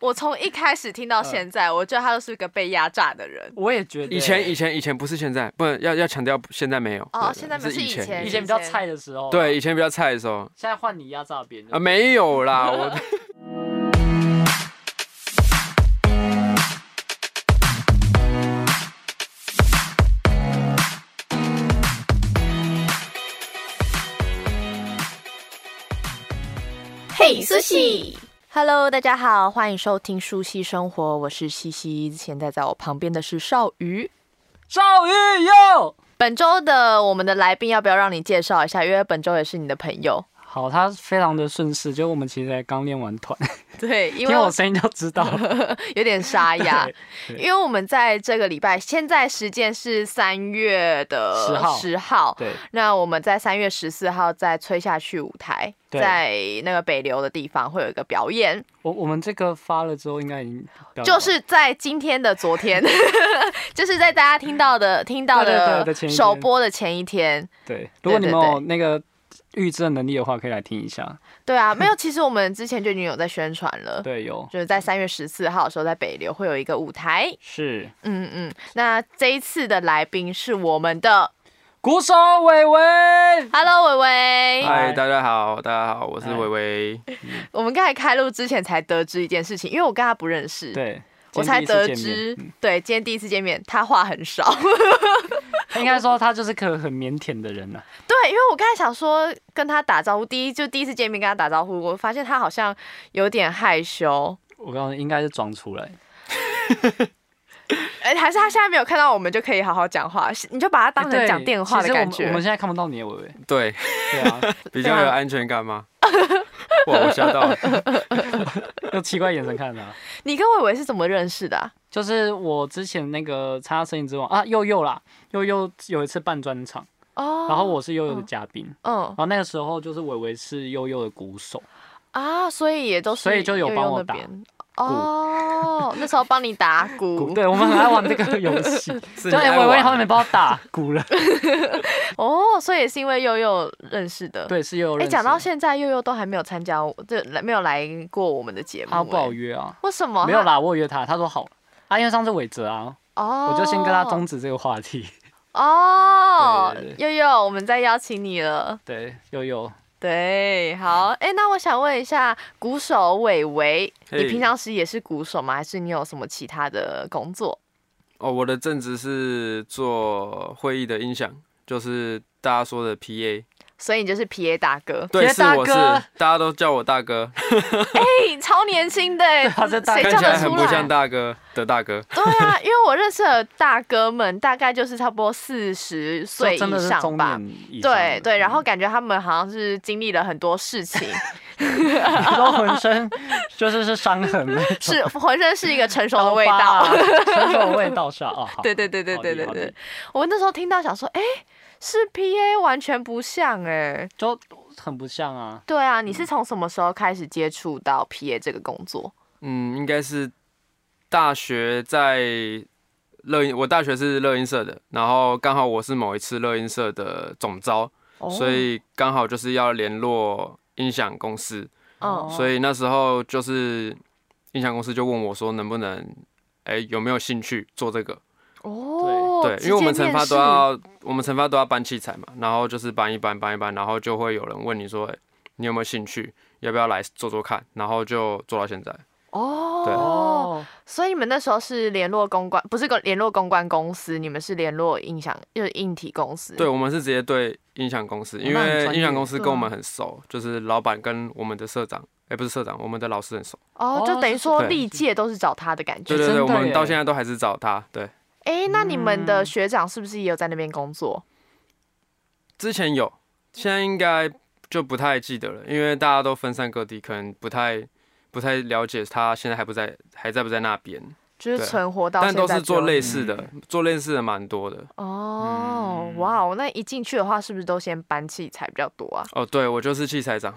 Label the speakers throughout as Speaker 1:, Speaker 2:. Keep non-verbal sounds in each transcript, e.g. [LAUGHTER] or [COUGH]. Speaker 1: 我从一开始
Speaker 2: 嗯
Speaker 1: 听到现在，我觉得他就是一个被压榨的人。
Speaker 2: 我也觉得欸
Speaker 3: 以前以前以前不是现在，不能要要强调现在没有。
Speaker 1: 哦
Speaker 3: 对
Speaker 1: 现在没有
Speaker 3: 是
Speaker 1: 是以前
Speaker 2: 以前比较菜的时候，啊
Speaker 3: 对，以前比较菜的时候
Speaker 2: 现在换你压榨别人
Speaker 3: 啊，没有
Speaker 2: [LAUGHS]
Speaker 3: 啦，我
Speaker 4: 嘿，苏西，
Speaker 1: Hello，大家好，欢迎收听《舒西生活》，我是西西。现在在我旁边的是少瑜。
Speaker 2: 赵玉佑。
Speaker 1: 本周的我们的来宾要不要让你介绍一下？因为本周也是你的朋友。
Speaker 2: 好，他非常的顺势，就我们其实才刚练完团，
Speaker 1: 对，因
Speaker 2: [LAUGHS] 听
Speaker 1: 为
Speaker 2: 我
Speaker 1: 我
Speaker 2: 声音就知道
Speaker 1: [LAUGHS]
Speaker 2: 了。
Speaker 1: 有点沙 [LAUGHS] 哑，
Speaker 2: 对
Speaker 1: 因为我们在这个礼拜，现在时间是三月的
Speaker 2: 10号
Speaker 1: 10号
Speaker 2: 对，
Speaker 1: 那我们在三月十四号在吹下去舞台，
Speaker 2: 对
Speaker 1: 在那个北流的地方会有一个表演，
Speaker 2: 我我们这个发了之后，应该已经表达
Speaker 1: 就
Speaker 2: 完
Speaker 1: 是在今天的昨天，就是在大家听到的听到
Speaker 2: 对对对
Speaker 1: 的
Speaker 2: 的前一天
Speaker 1: 首播的前一天。
Speaker 2: 对。如果你们
Speaker 1: 对对
Speaker 2: 有那个预知的能力的话，可以来听一下。
Speaker 1: 对啊，没有，其实我们之前就已经有在宣传了，
Speaker 2: 对，有
Speaker 1: 就是在三月十四号的时候，在北流会有一个舞台。
Speaker 2: 是
Speaker 1: 嗯嗯，那这一次的来宾是我们的
Speaker 2: 鼓手伟伟，
Speaker 1: Hello 伟
Speaker 2: 哎
Speaker 1: 伟。
Speaker 3: 嗨，哎大家好，大家好，我是
Speaker 2: 嗨
Speaker 3: 微微。
Speaker 1: 我们刚才开录之前才得知一件事情，因为我跟他不认识，
Speaker 2: 对，
Speaker 1: 我
Speaker 2: 今
Speaker 1: 才
Speaker 2: 天第
Speaker 1: 得
Speaker 2: 一次见
Speaker 1: 知
Speaker 2: 面嗯，
Speaker 1: 对，今天第一次见面，他话很少，
Speaker 2: 应该说他就是个很腼腆的人呐、啊
Speaker 1: 对，因为我刚才想说跟他打招呼，第一就第一次见面跟他打招呼，我发现他好像有点害羞，
Speaker 2: 我告诉你，应该是装出来。
Speaker 1: 哎，还是他现在没有看到我们就可以好好讲话，是你就把他当
Speaker 2: 欸
Speaker 1: 成
Speaker 2: 对
Speaker 1: 讲电话
Speaker 2: 其
Speaker 1: 的
Speaker 2: 实
Speaker 1: 感
Speaker 2: 我们
Speaker 1: 觉
Speaker 2: 我。们现在看不到你，伟伟。 [LAUGHS]
Speaker 3: 对，
Speaker 2: 对啊，
Speaker 3: 比较有安全感
Speaker 2: [LAUGHS]
Speaker 3: 吗？哇，我吓到了。
Speaker 2: 用奇怪眼神看他、啊
Speaker 1: 你跟伟伟是怎么认识的啊、
Speaker 2: 就是我之前那个参加《摄影之王》啊，佑佑啦，佑佑有一次办专场，
Speaker 1: 哦，
Speaker 2: 然后我是佑佑的嘉
Speaker 3: 哦
Speaker 2: 宾，
Speaker 1: 嗯
Speaker 2: 然后那个时候就是伟伟是佑佑的鼓手，
Speaker 1: 啊，所以也都是
Speaker 2: 所以就有
Speaker 1: 悠悠
Speaker 2: 帮我
Speaker 1: 那
Speaker 2: 打
Speaker 1: 边哦，那时候帮你
Speaker 2: [LAUGHS]
Speaker 1: 打鼓，
Speaker 2: 对，我们很爱玩这个游戏，
Speaker 3: [LAUGHS] 是
Speaker 2: 就
Speaker 3: 你
Speaker 2: 哎
Speaker 3: 爱
Speaker 2: 伟伟
Speaker 3: 玩
Speaker 2: 后面帮我
Speaker 3: [LAUGHS]
Speaker 2: 打鼓了，
Speaker 1: 哦，所以也是因为悠悠认识的。
Speaker 2: 对，是佑佑
Speaker 1: 哎、
Speaker 2: 认识的。
Speaker 1: 讲到现在，悠悠都还没有参加我，这没有来过我们的节目、
Speaker 2: 他不好
Speaker 1: 哎
Speaker 2: 约啊，
Speaker 1: 为什么？
Speaker 2: 没有
Speaker 1: 他
Speaker 2: 啦，我有约他，他说好。啊，因为上次伟哲啊，
Speaker 1: 哦，
Speaker 2: 我就先跟他终止这个话题。
Speaker 1: 哦
Speaker 2: 对对，
Speaker 1: 悠悠，我们再邀请你了。
Speaker 2: 对，佑佑，
Speaker 1: 对，好，哎、那我想问一下，鼓手伟伟，你
Speaker 3: 嘿
Speaker 1: 平常时也是鼓手吗？还是你有什么其他的工作？
Speaker 3: 哦，我的正职是做会议的音响，就是大家说的 PA。
Speaker 1: 所以你就是 PA 大
Speaker 2: [LAUGHS]
Speaker 1: 哥，
Speaker 3: 对，
Speaker 2: 别
Speaker 3: 是
Speaker 2: 大
Speaker 3: 我是，
Speaker 2: 哥
Speaker 3: 大家都叫我大哥，
Speaker 1: 哎、超年轻的、哎，
Speaker 2: 他是大
Speaker 1: 谁
Speaker 3: 看
Speaker 1: 叫
Speaker 3: 起来
Speaker 1: 得
Speaker 3: 很
Speaker 1: 出
Speaker 3: 不像
Speaker 1: 来？
Speaker 3: 大哥的大哥。
Speaker 1: 对啊，因为我认识的大哥们大概就是差不多四十
Speaker 2: 就
Speaker 1: 岁以
Speaker 2: [LAUGHS] 真的是中
Speaker 1: 上吧，
Speaker 2: 年以上
Speaker 1: 对
Speaker 2: 的嗯 [LAUGHS]
Speaker 1: 对，然后感觉他们好像是经历了很多事情，
Speaker 2: 都浑身 [LAUGHS] 就是是伤痕那种
Speaker 1: 是浑身是一个成熟的味
Speaker 2: 刀疤
Speaker 1: 道 [LAUGHS]
Speaker 2: 啊。成熟的味道是啊，哦，好
Speaker 1: 对对对对
Speaker 2: 好
Speaker 1: 对
Speaker 2: 的
Speaker 1: 对
Speaker 2: 好的
Speaker 1: 对，我那时候听到想说，哎、是 P A 完全不像哎、
Speaker 2: 就很不像啊。
Speaker 1: 对啊，你是
Speaker 3: 嗯
Speaker 1: 从什么时候开始接触到 P A 这个工作？
Speaker 3: 嗯，应该是大学在乐音，我大学是乐音社的，然后刚好我是某一次乐音社的总招，
Speaker 1: 哦
Speaker 3: 所以刚好就是要联络音响公司，
Speaker 1: 嗯
Speaker 3: 所以那时候就是音响公司就问我说能不能，哎、有没有兴趣做这个？
Speaker 1: 哦，
Speaker 3: 对，因为我们
Speaker 1: 直接
Speaker 3: 惩
Speaker 1: 面
Speaker 3: 罚
Speaker 1: 试
Speaker 3: 都要，我们惩罚都要搬器材嘛，然后就是搬一搬，搬一搬，然后就会有人问你说，哎、你有没有兴趣？要不要来做做看？然后就做到现在。对
Speaker 1: 哦，
Speaker 2: 哦，
Speaker 1: 所以你们那时候是联络公关，不是公联络公关公司，你们是联络音响，就是硬体公司。
Speaker 3: 对，我们是直接对音响公司，因
Speaker 2: 那很
Speaker 3: 为
Speaker 2: 专
Speaker 3: 音
Speaker 2: 业
Speaker 3: 响公司
Speaker 1: 对
Speaker 3: 跟我
Speaker 1: 啊
Speaker 3: 们很熟，就是老板跟我们的社长，哎、不是社长，我们的老师很熟。
Speaker 1: 哦，就
Speaker 2: 哦
Speaker 1: 等于
Speaker 2: 是
Speaker 1: 说
Speaker 3: 对
Speaker 1: 历届都是找他的感觉
Speaker 3: 对。对对，
Speaker 2: 真的
Speaker 3: 我们到
Speaker 2: 耶
Speaker 3: 现在都还是找他。对，
Speaker 1: 哎、那你们的
Speaker 2: 嗯
Speaker 1: 学长是不是也有在那边工作？
Speaker 3: 之前有，现在应该就不太记得了，因为大家都分散各地，可能不太不太了解他现在还不在，还在不在那边。
Speaker 1: 就是
Speaker 3: 对
Speaker 1: 存活到现
Speaker 3: 但
Speaker 1: 在
Speaker 3: 都是
Speaker 1: 只有
Speaker 3: 做类似的，做类似的蛮多的。
Speaker 1: 哦，哇哦，那一进去的话，是不是都先搬器材比较多 [LAUGHS] 啊？
Speaker 3: 哦，对，我就是器材长，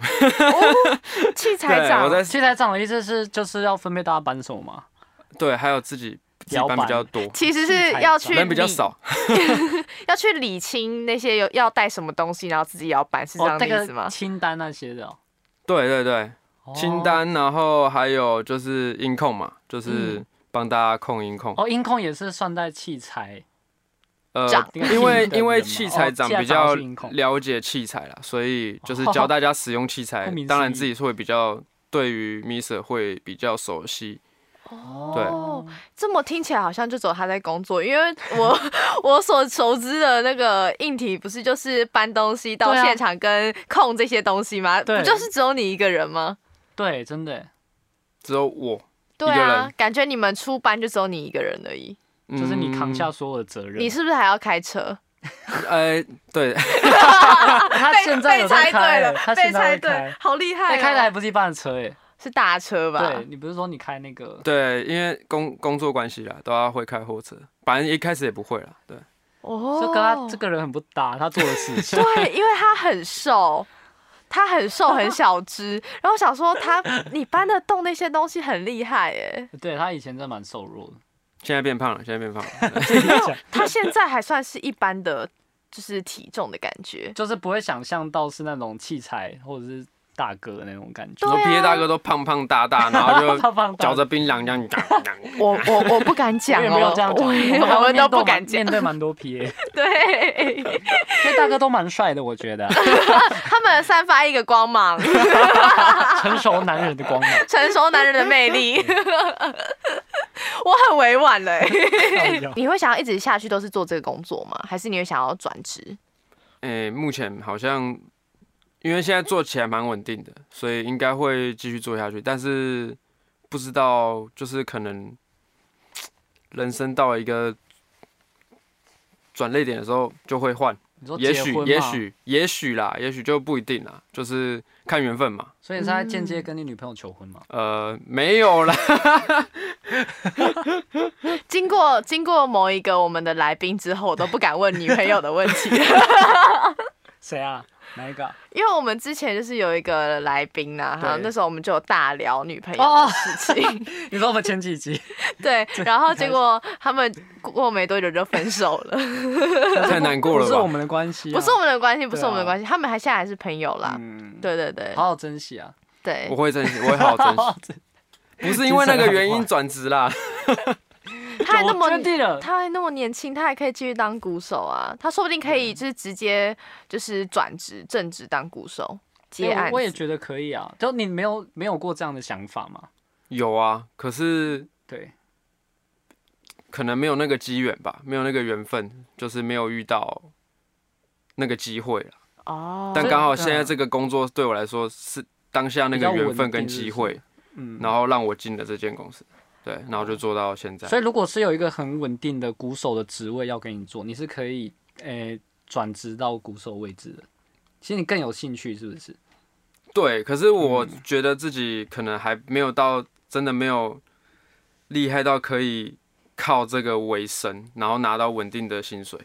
Speaker 1: 器材
Speaker 3: [LAUGHS] 对，我
Speaker 1: 长，
Speaker 3: 在
Speaker 2: 器材长的意思是就是要分配大家扳手嘛。
Speaker 3: 对，还有自己自己
Speaker 2: 摇
Speaker 3: 班比
Speaker 2: 板
Speaker 3: 较多，
Speaker 1: 其实
Speaker 2: 器
Speaker 1: 是
Speaker 2: 材
Speaker 1: 要
Speaker 2: 长
Speaker 1: 去
Speaker 3: 人比较
Speaker 1: 理，
Speaker 3: 少。
Speaker 1: 要去理清那些有要带什么东西，然后自己要搬，是这
Speaker 2: 哦
Speaker 1: 样，的
Speaker 2: 那
Speaker 1: 意思吗
Speaker 2: 个？清单那些的哦。
Speaker 3: 对对对，清单，然后还有就是音控嘛，就是帮大家控音控。
Speaker 2: 哦，音控也是算在器材，
Speaker 3: 呃
Speaker 1: 长，
Speaker 3: 因为
Speaker 2: 对
Speaker 3: 因为
Speaker 2: 对
Speaker 3: 器
Speaker 2: 嘛
Speaker 3: 材
Speaker 2: 哦
Speaker 3: 长
Speaker 2: 器材
Speaker 3: 比
Speaker 2: 长
Speaker 3: 较
Speaker 2: 是音控
Speaker 3: 了解器材啦，所以就是教大家使用器材
Speaker 2: [LAUGHS] 顾名，思
Speaker 3: 当然
Speaker 2: 义
Speaker 3: 自己会比较对于 Mr 会比较熟悉。对
Speaker 1: 哦，这么听起来好像就只有他在工作，因为 [LAUGHS] 我我所熟知的那个硬体不是就是搬东西到
Speaker 2: 对啊
Speaker 1: 现场跟控这些东西吗？不
Speaker 2: 对
Speaker 1: 就是只有你一个人吗？
Speaker 2: 对，真的
Speaker 3: 只有我，
Speaker 1: 对
Speaker 3: 一个
Speaker 1: 啊
Speaker 3: 人，
Speaker 1: 感觉你们出班就只有你一个人而已。
Speaker 2: [LAUGHS] 就是你扛
Speaker 3: 嗯
Speaker 2: 下所有的责任。
Speaker 1: 你是不是还要开车？
Speaker 3: 呃，对， [LAUGHS]
Speaker 2: 他现在有在
Speaker 1: 猜对
Speaker 2: 开了，
Speaker 1: 了，
Speaker 2: 他
Speaker 1: 被
Speaker 2: 现
Speaker 1: 猜
Speaker 2: 在在
Speaker 1: 对
Speaker 2: 开，，
Speaker 1: 好厉害、
Speaker 2: 他
Speaker 1: 哦！
Speaker 2: 开的还不是一般的车诶。
Speaker 1: 是大车吧？
Speaker 2: 对，你不是说你开那个？
Speaker 3: 对，因为工工作关系啦，都要会开货车，反正一开始也不会啦。对，
Speaker 1: 哦
Speaker 2: 就跟他这个人很不搭，他做的事
Speaker 1: [LAUGHS]
Speaker 2: 情。
Speaker 1: 对，因为他很瘦，他很瘦
Speaker 2: [LAUGHS]
Speaker 1: 很小只，然后我想说他你搬得动那些东西很厉害耶，
Speaker 2: 对他以前真的蛮瘦弱的，
Speaker 3: 现在变胖了，现在变胖了。对
Speaker 1: 他现在还算是一般的，就是体重的感觉。
Speaker 2: 就是不会想象到是那种器材或者是大哥那种感觉
Speaker 3: 然。后
Speaker 1: 对啊
Speaker 3: P A 大哥都胖胖大大，
Speaker 2: [LAUGHS]
Speaker 3: 然后就
Speaker 2: 胖胖大
Speaker 3: 啊嚼着槟榔这样讲讲。
Speaker 1: 我我我不敢
Speaker 2: 我
Speaker 1: 讲
Speaker 2: 也
Speaker 1: 哦，
Speaker 2: 没有这样讲，
Speaker 1: 我也
Speaker 2: 还
Speaker 1: 我们都
Speaker 2: 会面对
Speaker 1: 不敢
Speaker 2: 蛮
Speaker 1: 讲
Speaker 2: 面。对蛮多 PA，因
Speaker 1: 对，
Speaker 2: 为大哥都蛮帅的，我觉得
Speaker 1: [LAUGHS] 他们散发一个光芒，
Speaker 2: 成熟男人的光
Speaker 3: [LAUGHS]
Speaker 2: 芒。
Speaker 1: 成熟男人的魅力。 [LAUGHS] 我很委婉了耶。你会想要一直下去都是做这个工作吗？还是你会想要转职？
Speaker 3: 哎，目前好像因为现在做起来蛮稳定的，所以应该会继续做下去，但是不知道就是可能人生到了一个转捩点的时候就会换，
Speaker 2: 你说
Speaker 3: 也
Speaker 2: 结
Speaker 3: 许
Speaker 2: 婚吗
Speaker 3: 也，许也许啦，也许就不一定啦，就是看缘分嘛。
Speaker 2: 所以你现在间
Speaker 1: 嗯
Speaker 2: 接跟你女朋友求婚嘛？
Speaker 3: 呃，没有啦， [LAUGHS]
Speaker 1: 经过经过某一个我们的来宾之后，我都不敢问女朋友的问
Speaker 2: [LAUGHS]
Speaker 1: 题，
Speaker 2: 谁啊？哪一个啊？
Speaker 1: 因为我们之前就是有一个来宾呐、
Speaker 2: 对哦
Speaker 1: 哈，那时候我们就有大聊女朋友的事情，
Speaker 2: [LAUGHS] [LAUGHS] 你说我们前几
Speaker 3: [LAUGHS]
Speaker 2: 集
Speaker 1: 对，然后结果他们过没多久就分手
Speaker 2: [LAUGHS]
Speaker 1: 了，
Speaker 3: 太难过
Speaker 2: 不
Speaker 3: 了
Speaker 2: 是我
Speaker 3: 吧？
Speaker 2: 们的关系啊，
Speaker 1: 不是我们的关系，不是
Speaker 2: 对啊
Speaker 1: 我们的关系，他们还现在还是朋友啦，
Speaker 2: 嗯，
Speaker 1: 对对对
Speaker 2: 好好珍惜啊。
Speaker 1: 对
Speaker 3: 我，会珍惜，我会好
Speaker 2: [LAUGHS]
Speaker 3: 好珍惜。不是因为那个原因转职啦， [LAUGHS]
Speaker 1: 他还那么
Speaker 2: 我确定了，
Speaker 1: 他还那么年轻，他还可以继续当鼓手啊，他说不定可以就是直接就是转职正职当鼓手接
Speaker 2: 对哎我
Speaker 1: 案
Speaker 2: 我也
Speaker 1: 子，
Speaker 2: 觉得可以啊。就你没有没有过这样的想法吗？
Speaker 3: 有啊，可是
Speaker 2: 对，
Speaker 3: 可能没有那个机缘吧，没有那个缘分，就是没有遇到那个机会啦。
Speaker 1: 哦，
Speaker 3: 但刚好
Speaker 2: 真
Speaker 3: 现
Speaker 2: 的
Speaker 3: 在这个工作对我来说是当下那个缘分跟机
Speaker 2: 比
Speaker 3: 会，
Speaker 2: 嗯。
Speaker 3: 然后让我进了这间公司，对，然后就做到现在。
Speaker 2: 所以如果是有一个很稳定的鼓手的职位要给你做，你是可以诶转职到鼓手位置的。其实你更有兴趣是不是？
Speaker 3: 对，可是我
Speaker 2: 嗯
Speaker 3: 觉得自己可能还没有到真的没有厉害到可以靠这个为生，然后拿到稳定的薪水。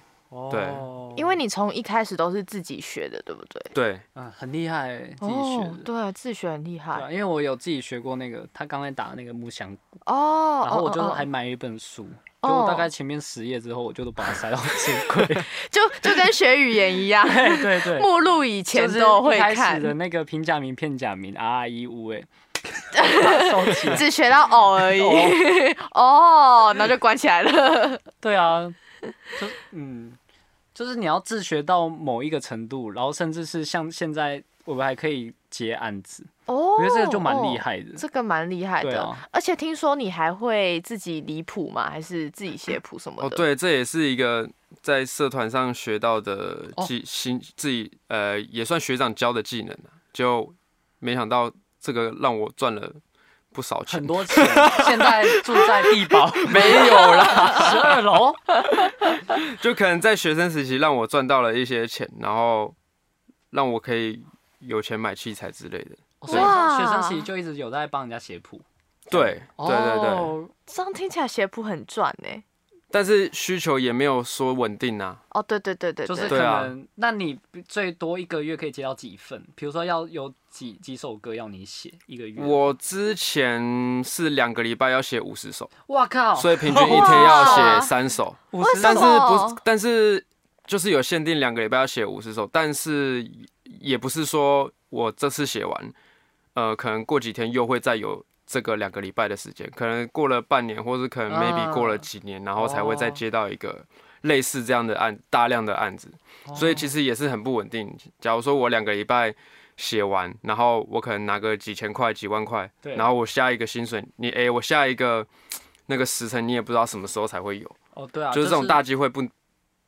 Speaker 3: 对
Speaker 2: 哦
Speaker 1: 因为你从一开始都是自己学的，对不对？
Speaker 3: 对，
Speaker 2: 嗯很厉害欸、自己学的。对
Speaker 1: 哦对，自学很厉害
Speaker 2: 啊，因为我有自己学过那个他刚才打的那个木箱，
Speaker 1: 哦。
Speaker 2: 然后我就
Speaker 1: 哦哦
Speaker 2: 还买了一本书，
Speaker 1: 哦
Speaker 2: 就我大概前面十页之后，我就都把它塞到书
Speaker 1: [LAUGHS]
Speaker 2: 柜。
Speaker 1: 就就跟学语言一样，
Speaker 2: 对对对，
Speaker 1: 目录以前都
Speaker 2: 就是
Speaker 1: 会
Speaker 2: 一开
Speaker 1: 看
Speaker 2: 始，的那个平假名、片假名 R E
Speaker 1: [LAUGHS]
Speaker 2: U 哎，收起来。
Speaker 1: 只学到偶而已
Speaker 2: 哦
Speaker 1: [LAUGHS] 哦，然后就关起来了。
Speaker 2: 对
Speaker 3: [LAUGHS]
Speaker 2: 啊，就是嗯，就是你要自学到某一个程度，然后甚至是像现在我们还可以接案子，
Speaker 1: 哦
Speaker 2: [LAUGHS] 我觉得这个就蛮厉，害的。
Speaker 3: 哦
Speaker 1: 这个蛮厉害
Speaker 2: 对
Speaker 1: 的。
Speaker 2: 啊
Speaker 1: 而且听说你还会自己离谱吗？还是自己写谱什么
Speaker 3: 哦，
Speaker 1: 的？
Speaker 3: 对，这也是一个在社团上学到的
Speaker 1: 哦
Speaker 3: 技新自己呃也算学长教的技能啊就没想到这个让我赚了不少钱
Speaker 2: 很。多钱，现在住在地堡
Speaker 3: [LAUGHS] 没有啦，
Speaker 2: 十二楼，
Speaker 3: 就可能在学生时期让我赚到了一些钱，然后让我可以有钱买器材之类的。
Speaker 2: 所以
Speaker 1: 哇
Speaker 2: 学生时期就一直有在帮人家写谱。
Speaker 3: 对，对对对。
Speaker 2: 哦
Speaker 1: 这样听起来写谱很赚呢。
Speaker 3: 但是需求也没有说稳定啊。
Speaker 1: 哦，对对对对，
Speaker 2: 就是
Speaker 1: 对
Speaker 2: 可
Speaker 3: 对啊
Speaker 2: 能，那你最多一个月可以接到几份？比如说要有几几首歌要你写一个月？
Speaker 1: 嗯
Speaker 3: 我之前是两个礼拜要写五十首，
Speaker 2: 哇靠！
Speaker 3: 所以平均一天要
Speaker 1: 哦哇
Speaker 3: 写三首，
Speaker 2: 五
Speaker 1: 为
Speaker 2: 十
Speaker 1: 什
Speaker 3: 但
Speaker 1: 么
Speaker 3: 是不是，但是就是有限定两个礼拜要写五十首，但是也不是说我这次写完，呃，可能过几天又会再有这个两个礼拜的时间，可能过了半年，或是可能
Speaker 1: 啊
Speaker 3: maybe 过了几年，然后才会再接到一个类似这样的案，大量的案子，
Speaker 1: 哦
Speaker 3: 所以其实也是很不稳定。假如说我两个礼拜。写完，然后我可能拿个几千块、几万块，
Speaker 2: 对
Speaker 3: 然后我下一个薪水，你哎、我下一个那个时辰，你也不知道什么时候才会有，
Speaker 2: 哦，对啊，
Speaker 3: 就是这种大机会不，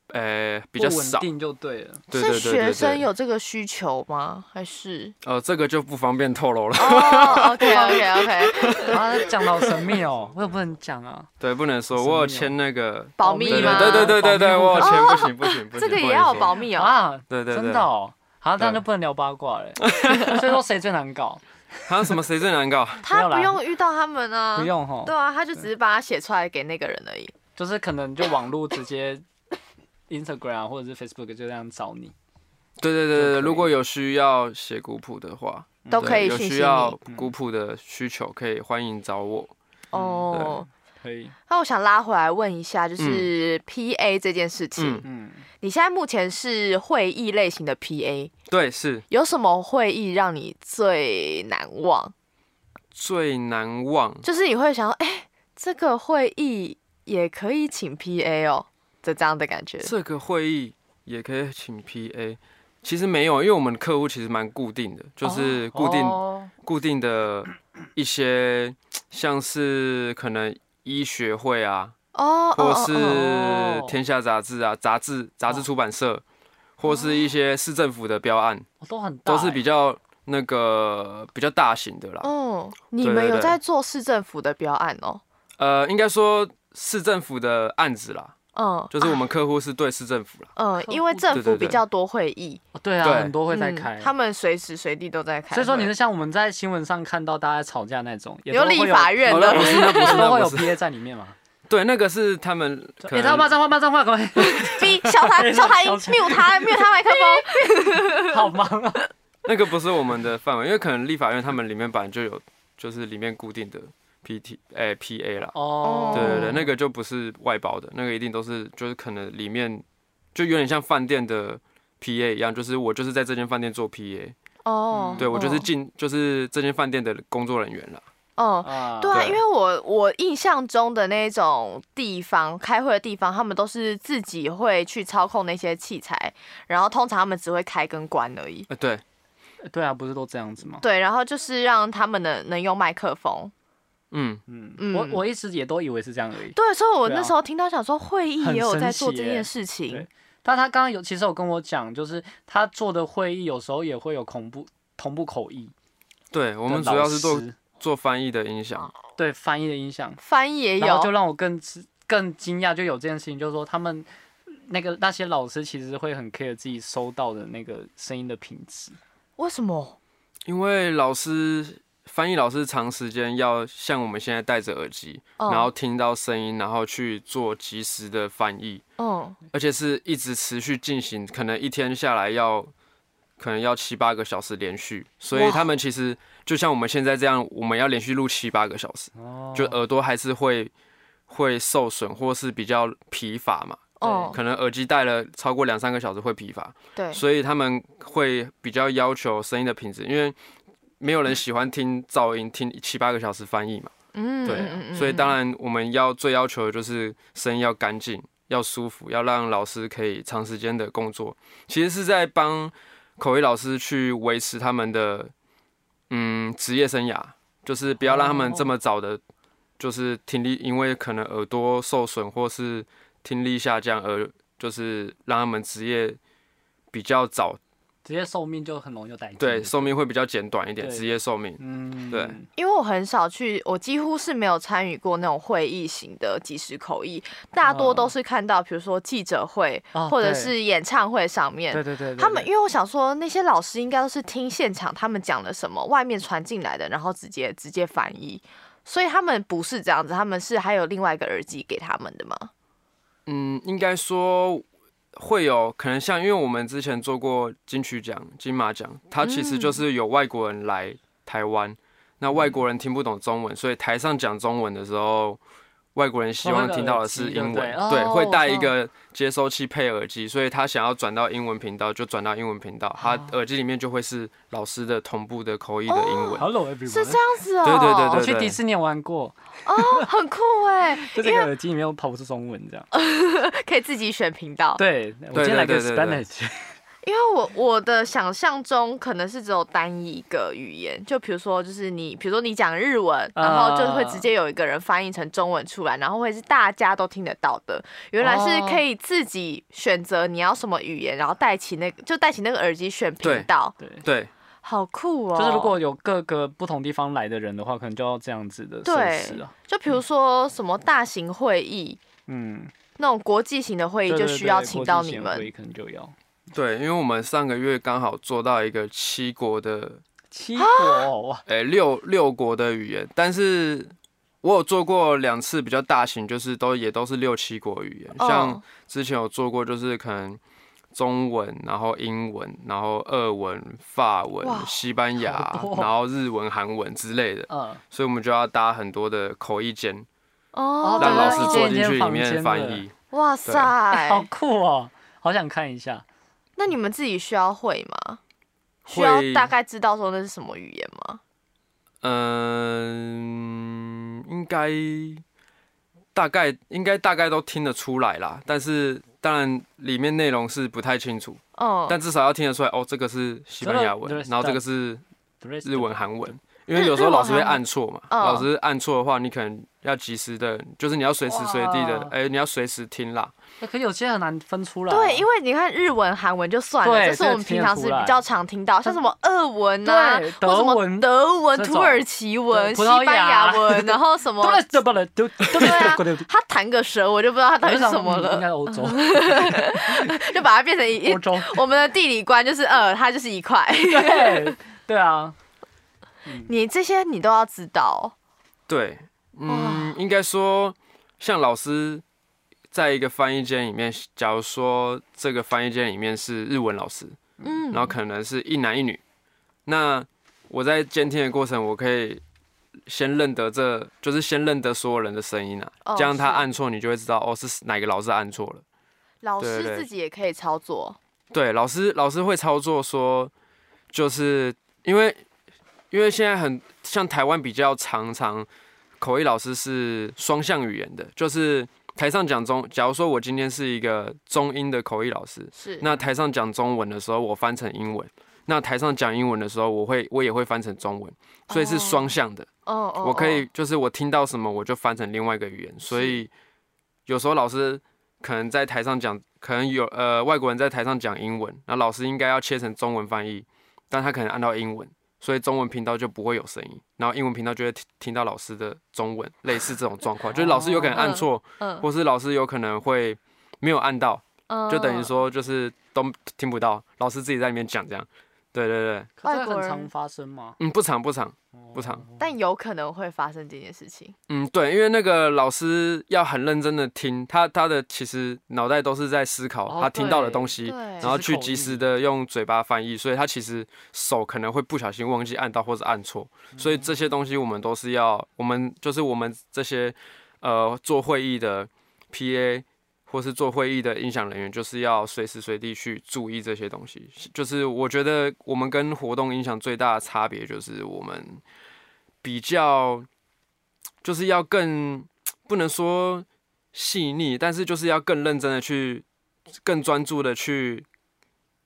Speaker 3: 呃，比较
Speaker 2: 不
Speaker 3: 少
Speaker 2: 稳。定就对了。
Speaker 3: 对
Speaker 1: 是
Speaker 3: 对对
Speaker 1: 学
Speaker 3: 对
Speaker 1: 生
Speaker 3: 对，
Speaker 1: 有这个需求吗？还是？
Speaker 3: 呃，这个就不方便透露了， [LAUGHS]
Speaker 1: 哦，OK OK OK，
Speaker 2: 啊，讲到神秘
Speaker 3: [LAUGHS]
Speaker 2: 哦，我也不能讲啊。
Speaker 3: 对，不能说。
Speaker 2: 神秘
Speaker 3: 我有
Speaker 2: 哦
Speaker 3: 签那个，
Speaker 1: 保
Speaker 2: 密
Speaker 1: 密
Speaker 3: 对
Speaker 1: 吗？
Speaker 3: 对对对对对，
Speaker 2: 保密
Speaker 3: 我有
Speaker 2: 不
Speaker 3: 签，不行不行
Speaker 1: [LAUGHS]
Speaker 3: 不行，
Speaker 1: 这个
Speaker 3: 不
Speaker 1: 也
Speaker 3: 能
Speaker 1: 要有
Speaker 3: 说
Speaker 1: 保。密哦。
Speaker 2: 啊，
Speaker 3: 对对对，
Speaker 2: 真的哦。好，但
Speaker 3: 对
Speaker 2: 就不能聊八卦
Speaker 3: [LAUGHS]
Speaker 2: 嘞。所以说谁最难搞？
Speaker 3: 还有什么谁最
Speaker 2: [LAUGHS]
Speaker 3: 难搞？
Speaker 1: 他不
Speaker 2: 没有
Speaker 1: 用遇到他们啊，
Speaker 2: 不用吼
Speaker 1: 对，啊，他就只是把它写出来给那个人而已。
Speaker 2: 就是可能就网络直接 Instagram 啊或者是 Facebook 就这样找你。
Speaker 3: 对对
Speaker 2: 就
Speaker 3: 对
Speaker 2: 可
Speaker 3: 对，
Speaker 2: 以
Speaker 3: 如果有需要写古谱的话，
Speaker 1: 都
Speaker 3: 嗯对
Speaker 1: 可以
Speaker 3: 有
Speaker 1: 讯
Speaker 3: 需
Speaker 1: 息
Speaker 3: 要
Speaker 1: 你
Speaker 3: 古谱的需求，可以欢迎找我。嗯
Speaker 1: 哦。
Speaker 2: 可以，
Speaker 1: 那我想拉回来问一下，就是 PA 这件事情，
Speaker 3: 嗯
Speaker 2: 嗯，
Speaker 1: 你现在目前是会议类型的 PA，
Speaker 3: 对，是
Speaker 1: 有什么会议让你最难忘？
Speaker 3: 最难忘。
Speaker 1: 就是你会想说，哎、这个会议也可以请 PA 哦，的这样的感觉。
Speaker 3: 这个会议也可以请 PA，其实没有，因为我们客户其实蛮固定的，就是固定、
Speaker 2: 哦
Speaker 3: 固定的一些，像是可能医学会啊，
Speaker 1: 哦，
Speaker 3: 或
Speaker 1: 哦
Speaker 3: 是
Speaker 2: 哦
Speaker 3: 《天下》杂志啊，杂志杂志
Speaker 2: 哇
Speaker 3: 出版社，或是一些市政府的标案，
Speaker 2: 哦都很大
Speaker 3: 都
Speaker 2: 欸，
Speaker 3: 是比较那个比较大型的啦。
Speaker 1: 哦，嗯你
Speaker 3: 对
Speaker 1: 们
Speaker 3: 对
Speaker 1: 有
Speaker 3: 对
Speaker 1: 在做市政府的标案哦，
Speaker 3: 呃，应该说市政府的案子啦，
Speaker 1: 嗯，
Speaker 3: 就是我们客户是对市政府啦。
Speaker 1: 嗯，
Speaker 2: 客
Speaker 1: 因为
Speaker 2: 户
Speaker 1: 政
Speaker 3: 对
Speaker 1: 府
Speaker 3: 对
Speaker 1: 比
Speaker 3: 对
Speaker 1: 较多会议，
Speaker 2: 哦对啊，
Speaker 3: 对
Speaker 2: 很多会在
Speaker 1: 嗯
Speaker 2: 开。
Speaker 1: 他们随时随地都在开会。
Speaker 2: 所以说你是像我们在新闻上看到大家吵架那种，也
Speaker 1: 有
Speaker 2: 都会
Speaker 1: 立法院
Speaker 3: 好
Speaker 1: 的
Speaker 3: 了，不哦是那不是
Speaker 2: 都会
Speaker 3: 那
Speaker 2: 哎有
Speaker 3: 不是，
Speaker 2: PA 在里面嘛？
Speaker 3: 对，那个是他们可
Speaker 2: 你知道
Speaker 3: 能
Speaker 2: 吗？脏话骂脏话，赶
Speaker 3: [LAUGHS]
Speaker 2: 快！
Speaker 1: 逼笑
Speaker 2: [LAUGHS]
Speaker 1: 他笑他音
Speaker 2: 笑
Speaker 1: ，mute 他
Speaker 2: 他
Speaker 1: mute 他麦
Speaker 2: [LAUGHS]
Speaker 1: 克风。
Speaker 2: 好忙啊！
Speaker 3: 那个不是我们的范围，因为可能立法院他们里面本来就有，就是里面固定的 PT 哎、PA 啦。
Speaker 2: 哦，
Speaker 3: 对对对，那个就不是外包的，那个一定都是就是可能里面就有点像饭店的 PA 一样，就是我就是在这间饭店做 PA，
Speaker 1: 哦，
Speaker 3: 对我就是
Speaker 1: 嗯
Speaker 3: 进就是这间饭店的工作人员啦。
Speaker 1: 哦。
Speaker 2: 啊，
Speaker 1: 对啊，
Speaker 3: 嗯对
Speaker 1: 因为我我印象中的那种地方开会的地方，他们都是自己会去操控那些器材，然后通常他们只会开跟关而已。
Speaker 3: 呃，对，
Speaker 2: 对啊，不是都这样子吗？
Speaker 1: 对，然后就是让他们能能用麦克风。
Speaker 3: 嗯，
Speaker 2: 嗯，
Speaker 1: 嗯
Speaker 2: 我我一直也都以为是这样而已。
Speaker 1: 对，所以我
Speaker 2: 对啊
Speaker 1: 那时候听到想说会议
Speaker 2: 很
Speaker 1: 也有
Speaker 2: 神
Speaker 1: 在做
Speaker 2: 奇
Speaker 1: 这
Speaker 2: 耶
Speaker 1: 件事情
Speaker 2: 对。但他刚刚有其实有跟我讲，就是他做的会议有时候也会有恐怖同步口译的
Speaker 3: 对，
Speaker 2: 老
Speaker 3: 我
Speaker 2: 师，
Speaker 3: 们主要是做做翻译的音响，
Speaker 2: 对翻译的影响，
Speaker 1: 翻译也
Speaker 2: 然后就
Speaker 1: 有，
Speaker 2: 让我更知更惊讶，就有这件事情，就是说他们。那个那些老师其实会很 care 自己收到的那个声音的品质，
Speaker 1: 为什么？
Speaker 3: 因为老师翻译老师长时间要像我们现在戴着耳机，
Speaker 2: 哦
Speaker 1: 嗯
Speaker 3: 然后听到声音，然后去做及时的翻译。
Speaker 1: 嗯，
Speaker 3: 而且是一直持续进行，可能一天下来要可能要七八个小时连续，所以
Speaker 1: 哇
Speaker 3: 他们其实就像我们现在这样，我们要连续录七八个小时，
Speaker 1: 哦
Speaker 3: 哦就耳朵还是会会受损或是比较疲乏嘛，
Speaker 1: 哦，
Speaker 3: 可能耳机戴了超过两三个小时会疲乏，
Speaker 1: 对，
Speaker 3: 所以他们会比较要求声音的品质，因为没有人喜欢听噪音，听七八个小时翻译嘛。
Speaker 1: 嗯，嗯
Speaker 3: 对啊
Speaker 1: 嗯，嗯
Speaker 3: 所以
Speaker 1: 嗯
Speaker 3: 当然我们要最要求的就是声音要干净、要舒服，要让老师可以长时间的工作。其实是在帮口译老师去维持他们的嗯职业生涯，就是不要让他们
Speaker 1: 哦
Speaker 3: 这么早的，就是听力因为可能耳朵受损或是听力下降而就是让他们职业比较早，
Speaker 2: 直接寿命就很容易就殆尽。
Speaker 3: 对寿命会比较简短一点，
Speaker 2: 嗯对
Speaker 3: 职业寿命。
Speaker 2: 嗯，
Speaker 3: 对
Speaker 1: 因为我很少去，我几乎是没有参与过那种会议型的即时口译，大多都是看到比如说记者会、
Speaker 2: 哦
Speaker 1: 或者
Speaker 2: 对
Speaker 1: 是演唱会上面。
Speaker 2: 对对对对，
Speaker 1: 他们，
Speaker 2: 对
Speaker 1: 因为我想说，那些老师应该都是听现场他们讲了什么，外面传进来的，然后直接直接翻译，所以他们不是这样子，他们是还有另外一个耳机给他们的嘛？
Speaker 3: 嗯，应该说会有可能像，因为我们之前做过金曲奖、金马奖，它其实就是有外国人来台湾，那外国人听不懂中文，所以台上讲中文的时候，外国人希望听到的是英文，对，哦会带一个接收器配耳机，所以他想要转到英文频道就转到英文频道，他耳机里面就会是老师的同步的口译的英文。
Speaker 2: Hello everyone，
Speaker 1: 是这样子哦。
Speaker 3: 对对对
Speaker 2: 我
Speaker 3: 对
Speaker 2: 去迪士尼玩过，
Speaker 1: 哦，很酷哎，
Speaker 2: 就这个耳机里面跑不出中文这样。
Speaker 1: 可以自己选频道。
Speaker 2: 对，我今天来个
Speaker 3: 对对对对
Speaker 1: [LAUGHS]
Speaker 2: Spanish，
Speaker 1: 因为我我的想象中可能是只有单一个语言，就比如说就是你，比如说你讲日文，
Speaker 2: 啊
Speaker 1: 然后就会直接有一个人翻译成中文出来，然后会是大家都听得到的。原来是
Speaker 2: 哦
Speaker 1: 可以自己选择你要什么语言，然后带起那个就带起那个耳机选频道，
Speaker 2: 对，
Speaker 3: 对，
Speaker 1: 好酷哦！
Speaker 2: 就是如果有各个不同地方来的人的话，可能就要这样子的
Speaker 1: 对
Speaker 2: 设施啊。
Speaker 1: 就比如说什么大型会议。
Speaker 2: 嗯，
Speaker 1: 那种国际型的会议
Speaker 2: 对
Speaker 1: 就
Speaker 2: 对
Speaker 1: 需
Speaker 2: 对
Speaker 1: 要
Speaker 2: 国
Speaker 1: 请
Speaker 2: 际
Speaker 1: 到
Speaker 2: 型
Speaker 1: 你们啊
Speaker 2: 会议可能就要
Speaker 3: 对，因为我们上个月刚好做到一个七国的
Speaker 2: 七国哇，
Speaker 3: 诶、六六国的语言，但是我有做过两次比较大型，就是都也都是六七国语言，
Speaker 1: 哦
Speaker 3: 像之前有做过就是可能中文，然后英文，然后俄文、法文
Speaker 1: 哇、
Speaker 3: 西班牙
Speaker 2: 好多哦，
Speaker 3: 然后日文、韩文之类的，
Speaker 2: [LAUGHS] 嗯，
Speaker 3: 所以我们就要搭很多的口译间，
Speaker 1: 哦
Speaker 2: 哦，
Speaker 3: 让老师
Speaker 2: 对
Speaker 3: 坐
Speaker 2: 一
Speaker 3: 进
Speaker 2: 间
Speaker 3: 去里
Speaker 2: 房
Speaker 3: 面
Speaker 2: 间
Speaker 3: 翻
Speaker 2: 的
Speaker 3: 译。
Speaker 1: 哇塞！
Speaker 2: 好酷哦，好想看一下。
Speaker 1: 那你们自己需要会吗？需
Speaker 3: 会
Speaker 1: 要大概知道说那是什么语言吗？
Speaker 3: 嗯，应该大概应该大概都听得出来啦，但是当然里面内容是不太清楚，
Speaker 1: 嗯，
Speaker 3: 但至少要听得出来哦，这个是西班牙文
Speaker 2: 这个这，个
Speaker 3: 然后这个是日文、韩文，因为
Speaker 1: 日
Speaker 3: 有时候
Speaker 1: 日文
Speaker 3: 老师会
Speaker 1: 韩文
Speaker 3: 按错嘛，
Speaker 2: 哦
Speaker 1: 嗯
Speaker 3: 老师按错的话，你可能要及时的，就是你要随时随地的
Speaker 2: 哇，
Speaker 3: 哎，你要随时听啦，
Speaker 2: 欸可有些很难分出来啊。
Speaker 1: 对，因为你看日文、韩文就算了，
Speaker 2: 对
Speaker 1: 这是我们平常是比较常听到，像什么俄文啊，或
Speaker 2: 对
Speaker 1: 什
Speaker 2: 德
Speaker 1: 么
Speaker 2: 文
Speaker 1: 德文、
Speaker 2: 这种
Speaker 1: 土耳其文、西
Speaker 2: 对葡萄牙
Speaker 1: 班牙文，然后什么
Speaker 2: 都，对不对？都对
Speaker 1: [LAUGHS] 对啊，他弹个舌，我就不知道他到底是什么
Speaker 2: 应
Speaker 1: [LAUGHS] 了，
Speaker 2: 该 [LAUGHS] 欧洲，
Speaker 1: 就把它变成一
Speaker 2: 欧。洲。
Speaker 1: [LAUGHS] 我们的地理观就是呃，它就是一块，
Speaker 2: 对对啊，
Speaker 1: [LAUGHS] 你这些你都要知道
Speaker 3: 对，嗯，应该说，像老师在一个翻译间里面，假如说这个翻译间里面是日文老师，
Speaker 1: 嗯
Speaker 3: 嗯，然后可能是一男一女，那我在监听的过程，我可以先认得这，就是先认得所有人的声音啊，
Speaker 1: 哦
Speaker 3: 这样他
Speaker 1: 是
Speaker 3: 按错，你就会知道哦是哪个老师按错了。
Speaker 1: 老师
Speaker 3: 对对
Speaker 1: 自己也可以操作，
Speaker 3: 对，老师老师会操作说，就是因为因为现在很像台湾比较常常口译老师是双向语言的，就是台上讲中，假如说我今天是一个中英的口译老师，
Speaker 1: 是
Speaker 3: 那台上讲中文的时候我翻成英文，那台上讲英文的时候我会我也会翻成中文，所以是
Speaker 1: 哦
Speaker 3: 双向的。
Speaker 1: 哦哦，
Speaker 3: 我可以
Speaker 1: 哦
Speaker 3: 就是我听到什么我就翻成另外一个语言，所以有时候老师可能在台上讲，可能有呃外国人在台上讲英文，然后老师应该要切成中文翻译，但他可能按到英文，所以中文频道就不会有声音，然后英文频道就会听听到老师的中文，类似这种状况，就是老师有可能按错，
Speaker 1: 嗯
Speaker 3: 或是老师有可能会没有按到，
Speaker 1: 嗯
Speaker 3: 就等于说就是都听不到，老师自己在里面讲这样，对对对，
Speaker 2: 可是
Speaker 1: 外国
Speaker 2: 很
Speaker 1: 人
Speaker 2: 常发生吗？
Speaker 3: 嗯，不长不长不长。
Speaker 1: 但有可能会发生这件事情。
Speaker 3: 嗯，对，因为那个老师要很认真的听，他他的其实脑袋都是在思考
Speaker 2: 哦
Speaker 3: 他听到的东西，
Speaker 1: 对
Speaker 3: 然后去
Speaker 2: 即
Speaker 3: 及
Speaker 2: 时口
Speaker 3: 时
Speaker 2: 译
Speaker 3: 的用嘴巴翻译，所以他其实手可能会不小心忘记按到或者按错，所以这些东西我们都是要，我们就是我们这些呃做会议的 PA 或是做会议的音响人员，就是要随时随地去注意这些东西。就是我觉得我们跟活动音响最大的差别就是我们比较就是要更不能说细腻，但是就是要更认真的去，更专注的去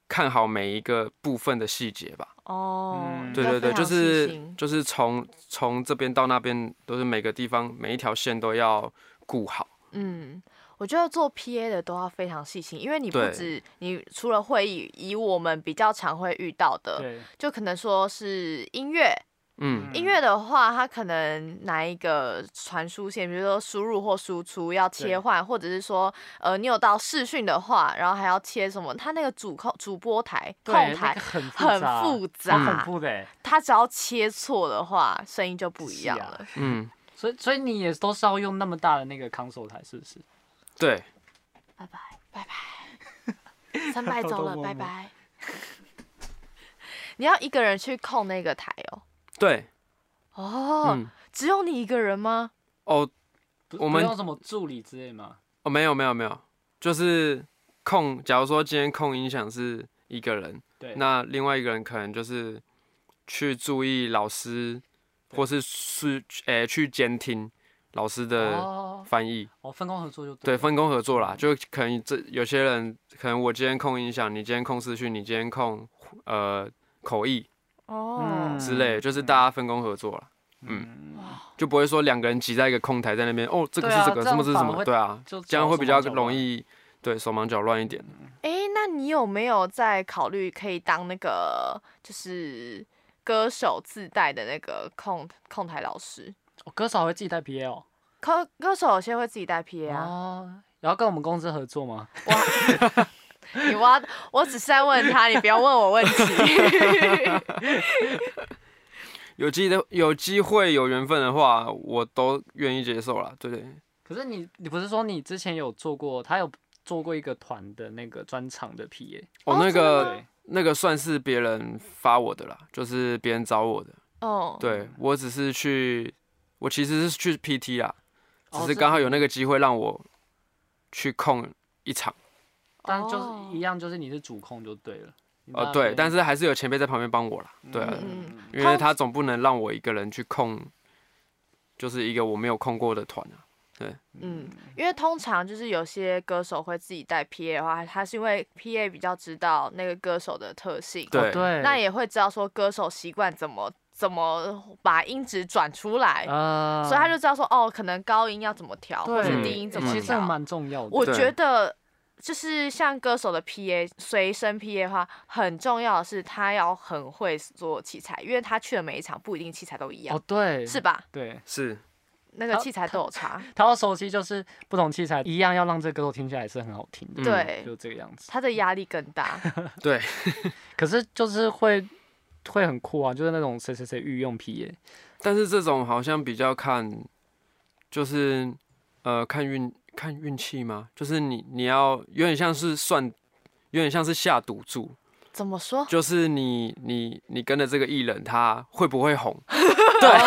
Speaker 3: 看好每一个部分的细节吧。
Speaker 1: 哦，
Speaker 2: 嗯
Speaker 3: 对
Speaker 1: 要
Speaker 3: 对对，
Speaker 1: 非
Speaker 3: 就
Speaker 1: 常细
Speaker 3: 是
Speaker 1: 心
Speaker 3: 就是从从这边到那边，都是每个地方每一条线都要顾好。
Speaker 1: 嗯，我觉得做 PA 的都要非常细心，因为你不
Speaker 3: 对
Speaker 1: 止你除了会议，以我们比较常会遇到的，
Speaker 2: 对，
Speaker 1: 就可能说是音乐，
Speaker 3: 嗯，
Speaker 1: 音乐的话，它可能哪一个传输线，比如说输入或输出要切
Speaker 2: 对
Speaker 1: 换，或者是说，呃，你有到视讯的话，然后还要切什么？它那个主控主播台控
Speaker 2: 对那
Speaker 1: 台
Speaker 2: 个很复
Speaker 1: 很
Speaker 2: 杂
Speaker 1: 复
Speaker 2: 很
Speaker 1: 杂
Speaker 2: 恐，怖的欸。
Speaker 1: 它只要切错的话，声音就不一样
Speaker 2: 是啊
Speaker 1: 了。
Speaker 3: 嗯，
Speaker 2: 所以所以你也都是要用那么大的那个 console 台，是不是？
Speaker 3: 对，
Speaker 1: 拜拜拜拜，
Speaker 2: [LAUGHS]
Speaker 1: 三拜
Speaker 2: 偷
Speaker 1: 走
Speaker 2: 偷
Speaker 1: 了，
Speaker 2: 摸
Speaker 1: 拜
Speaker 2: 摸
Speaker 1: 拜。 [LAUGHS] 你要一个人去控那个台哦。
Speaker 3: 对，
Speaker 1: 哦，
Speaker 3: 嗯，
Speaker 1: 只有你一个人吗？
Speaker 3: 哦，
Speaker 2: 不
Speaker 3: 我们
Speaker 2: 不用什么助理之类嘛？
Speaker 3: 哦，没有没有没有，就是控。假如说今天控音响是一个人，
Speaker 2: 对，
Speaker 3: 那另外一个人可能就是去注意老师，
Speaker 2: 对
Speaker 3: 或是是诶、去监听老师的
Speaker 2: 哦
Speaker 3: 翻译。
Speaker 2: 哦，分工合作就
Speaker 3: 对，
Speaker 2: 了
Speaker 3: 分工合作啦，就可能这有些人可能我今天控音响，你今天控视讯，你今天控呃口译
Speaker 1: 哦
Speaker 2: 嗯
Speaker 3: 之类的，就是大家分工合作啦，
Speaker 2: 嗯，
Speaker 3: 就不会说两个人挤在一个空台在那边哦，这个
Speaker 2: 对
Speaker 3: 是
Speaker 2: 啊
Speaker 3: 这
Speaker 2: 这
Speaker 3: 个，什
Speaker 2: 样
Speaker 3: 么是什
Speaker 2: 反而
Speaker 3: 么，
Speaker 2: 会
Speaker 3: 对啊，
Speaker 2: 就
Speaker 3: 这样会比较容
Speaker 2: 易。
Speaker 3: 易对手忙脚乱一点。
Speaker 1: 哎、那你有没有在考虑可以当那个就是歌手自带的那个控控台老师？
Speaker 2: 哦歌手还会自己带 PA 哦。
Speaker 1: 歌歌手有些会自己带 PA 啊，
Speaker 2: 哦，然后跟我们公司合作吗？ [LAUGHS]
Speaker 1: 你挖，我只是在问他，你不要问我问题。
Speaker 3: 有机的有机会有缘分的话，我都愿意接受啦。对对，
Speaker 2: 可是你，你不是说你之前有做过，他有做过一个团的那个专场的 PA？
Speaker 3: 我、
Speaker 1: 哦
Speaker 3: 那
Speaker 1: 真的
Speaker 3: 个、
Speaker 1: 吗
Speaker 2: 对，
Speaker 3: 那个算是别人发我的啦，就是别人找我的。
Speaker 1: 哦，
Speaker 3: 对我只是去，我其实是去 PT 啦，只
Speaker 2: 哦这
Speaker 3: 是刚好有那个机会让我去控一场。
Speaker 2: 但就是
Speaker 1: 哦
Speaker 2: 一样，就是你是主控就对了。你
Speaker 3: 哦、
Speaker 2: 那
Speaker 3: 对，
Speaker 2: 边
Speaker 3: 但是还是有前辈在旁边帮我啦。对啊、
Speaker 1: 嗯嗯
Speaker 3: 因为他总不能让我一个人去控，就是一个我没有控过的团啊。
Speaker 1: 嗯，因为通常就是有些歌手会自己带 PA 的话，他是因为 PA 比较知道那个歌手的特性，
Speaker 3: 对
Speaker 2: 哦对，
Speaker 1: 那也会知道说歌手习惯怎么怎么把音质转出来，
Speaker 2: 啊，
Speaker 1: 所以他就知道说哦，可能高音要怎么调，或者
Speaker 2: 对
Speaker 1: 低音怎
Speaker 2: 欸
Speaker 1: 么
Speaker 2: 其实这个
Speaker 1: 调。
Speaker 2: 蛮重要的。
Speaker 1: 我
Speaker 3: 对
Speaker 1: 觉得就是像歌手的 PA 随身 PA 的话，很重要的是他要很会做器材，因为他去的每一场不一定器材都一样，
Speaker 2: 哦对，
Speaker 1: 是吧？
Speaker 2: 对，
Speaker 3: 是，
Speaker 1: 那个
Speaker 2: 他
Speaker 1: 器材都有差，
Speaker 2: 他要熟悉，就是不同器材一样，要让这个歌手听起来是很好听的，
Speaker 3: 嗯
Speaker 1: 对，
Speaker 2: 就这个样子。
Speaker 1: 他的压力更大。 [LAUGHS]
Speaker 3: 对，
Speaker 2: 可是就是会会很酷啊，就是那种谁谁谁御用 PA，
Speaker 3: 但是这种好像比较看，就是呃看运看运气吗？就是你你要有点像是算，有点像是下赌注，
Speaker 1: 怎么说？
Speaker 3: 就是你你你跟着这个艺人他会不会红？ [LAUGHS]
Speaker 2: 哎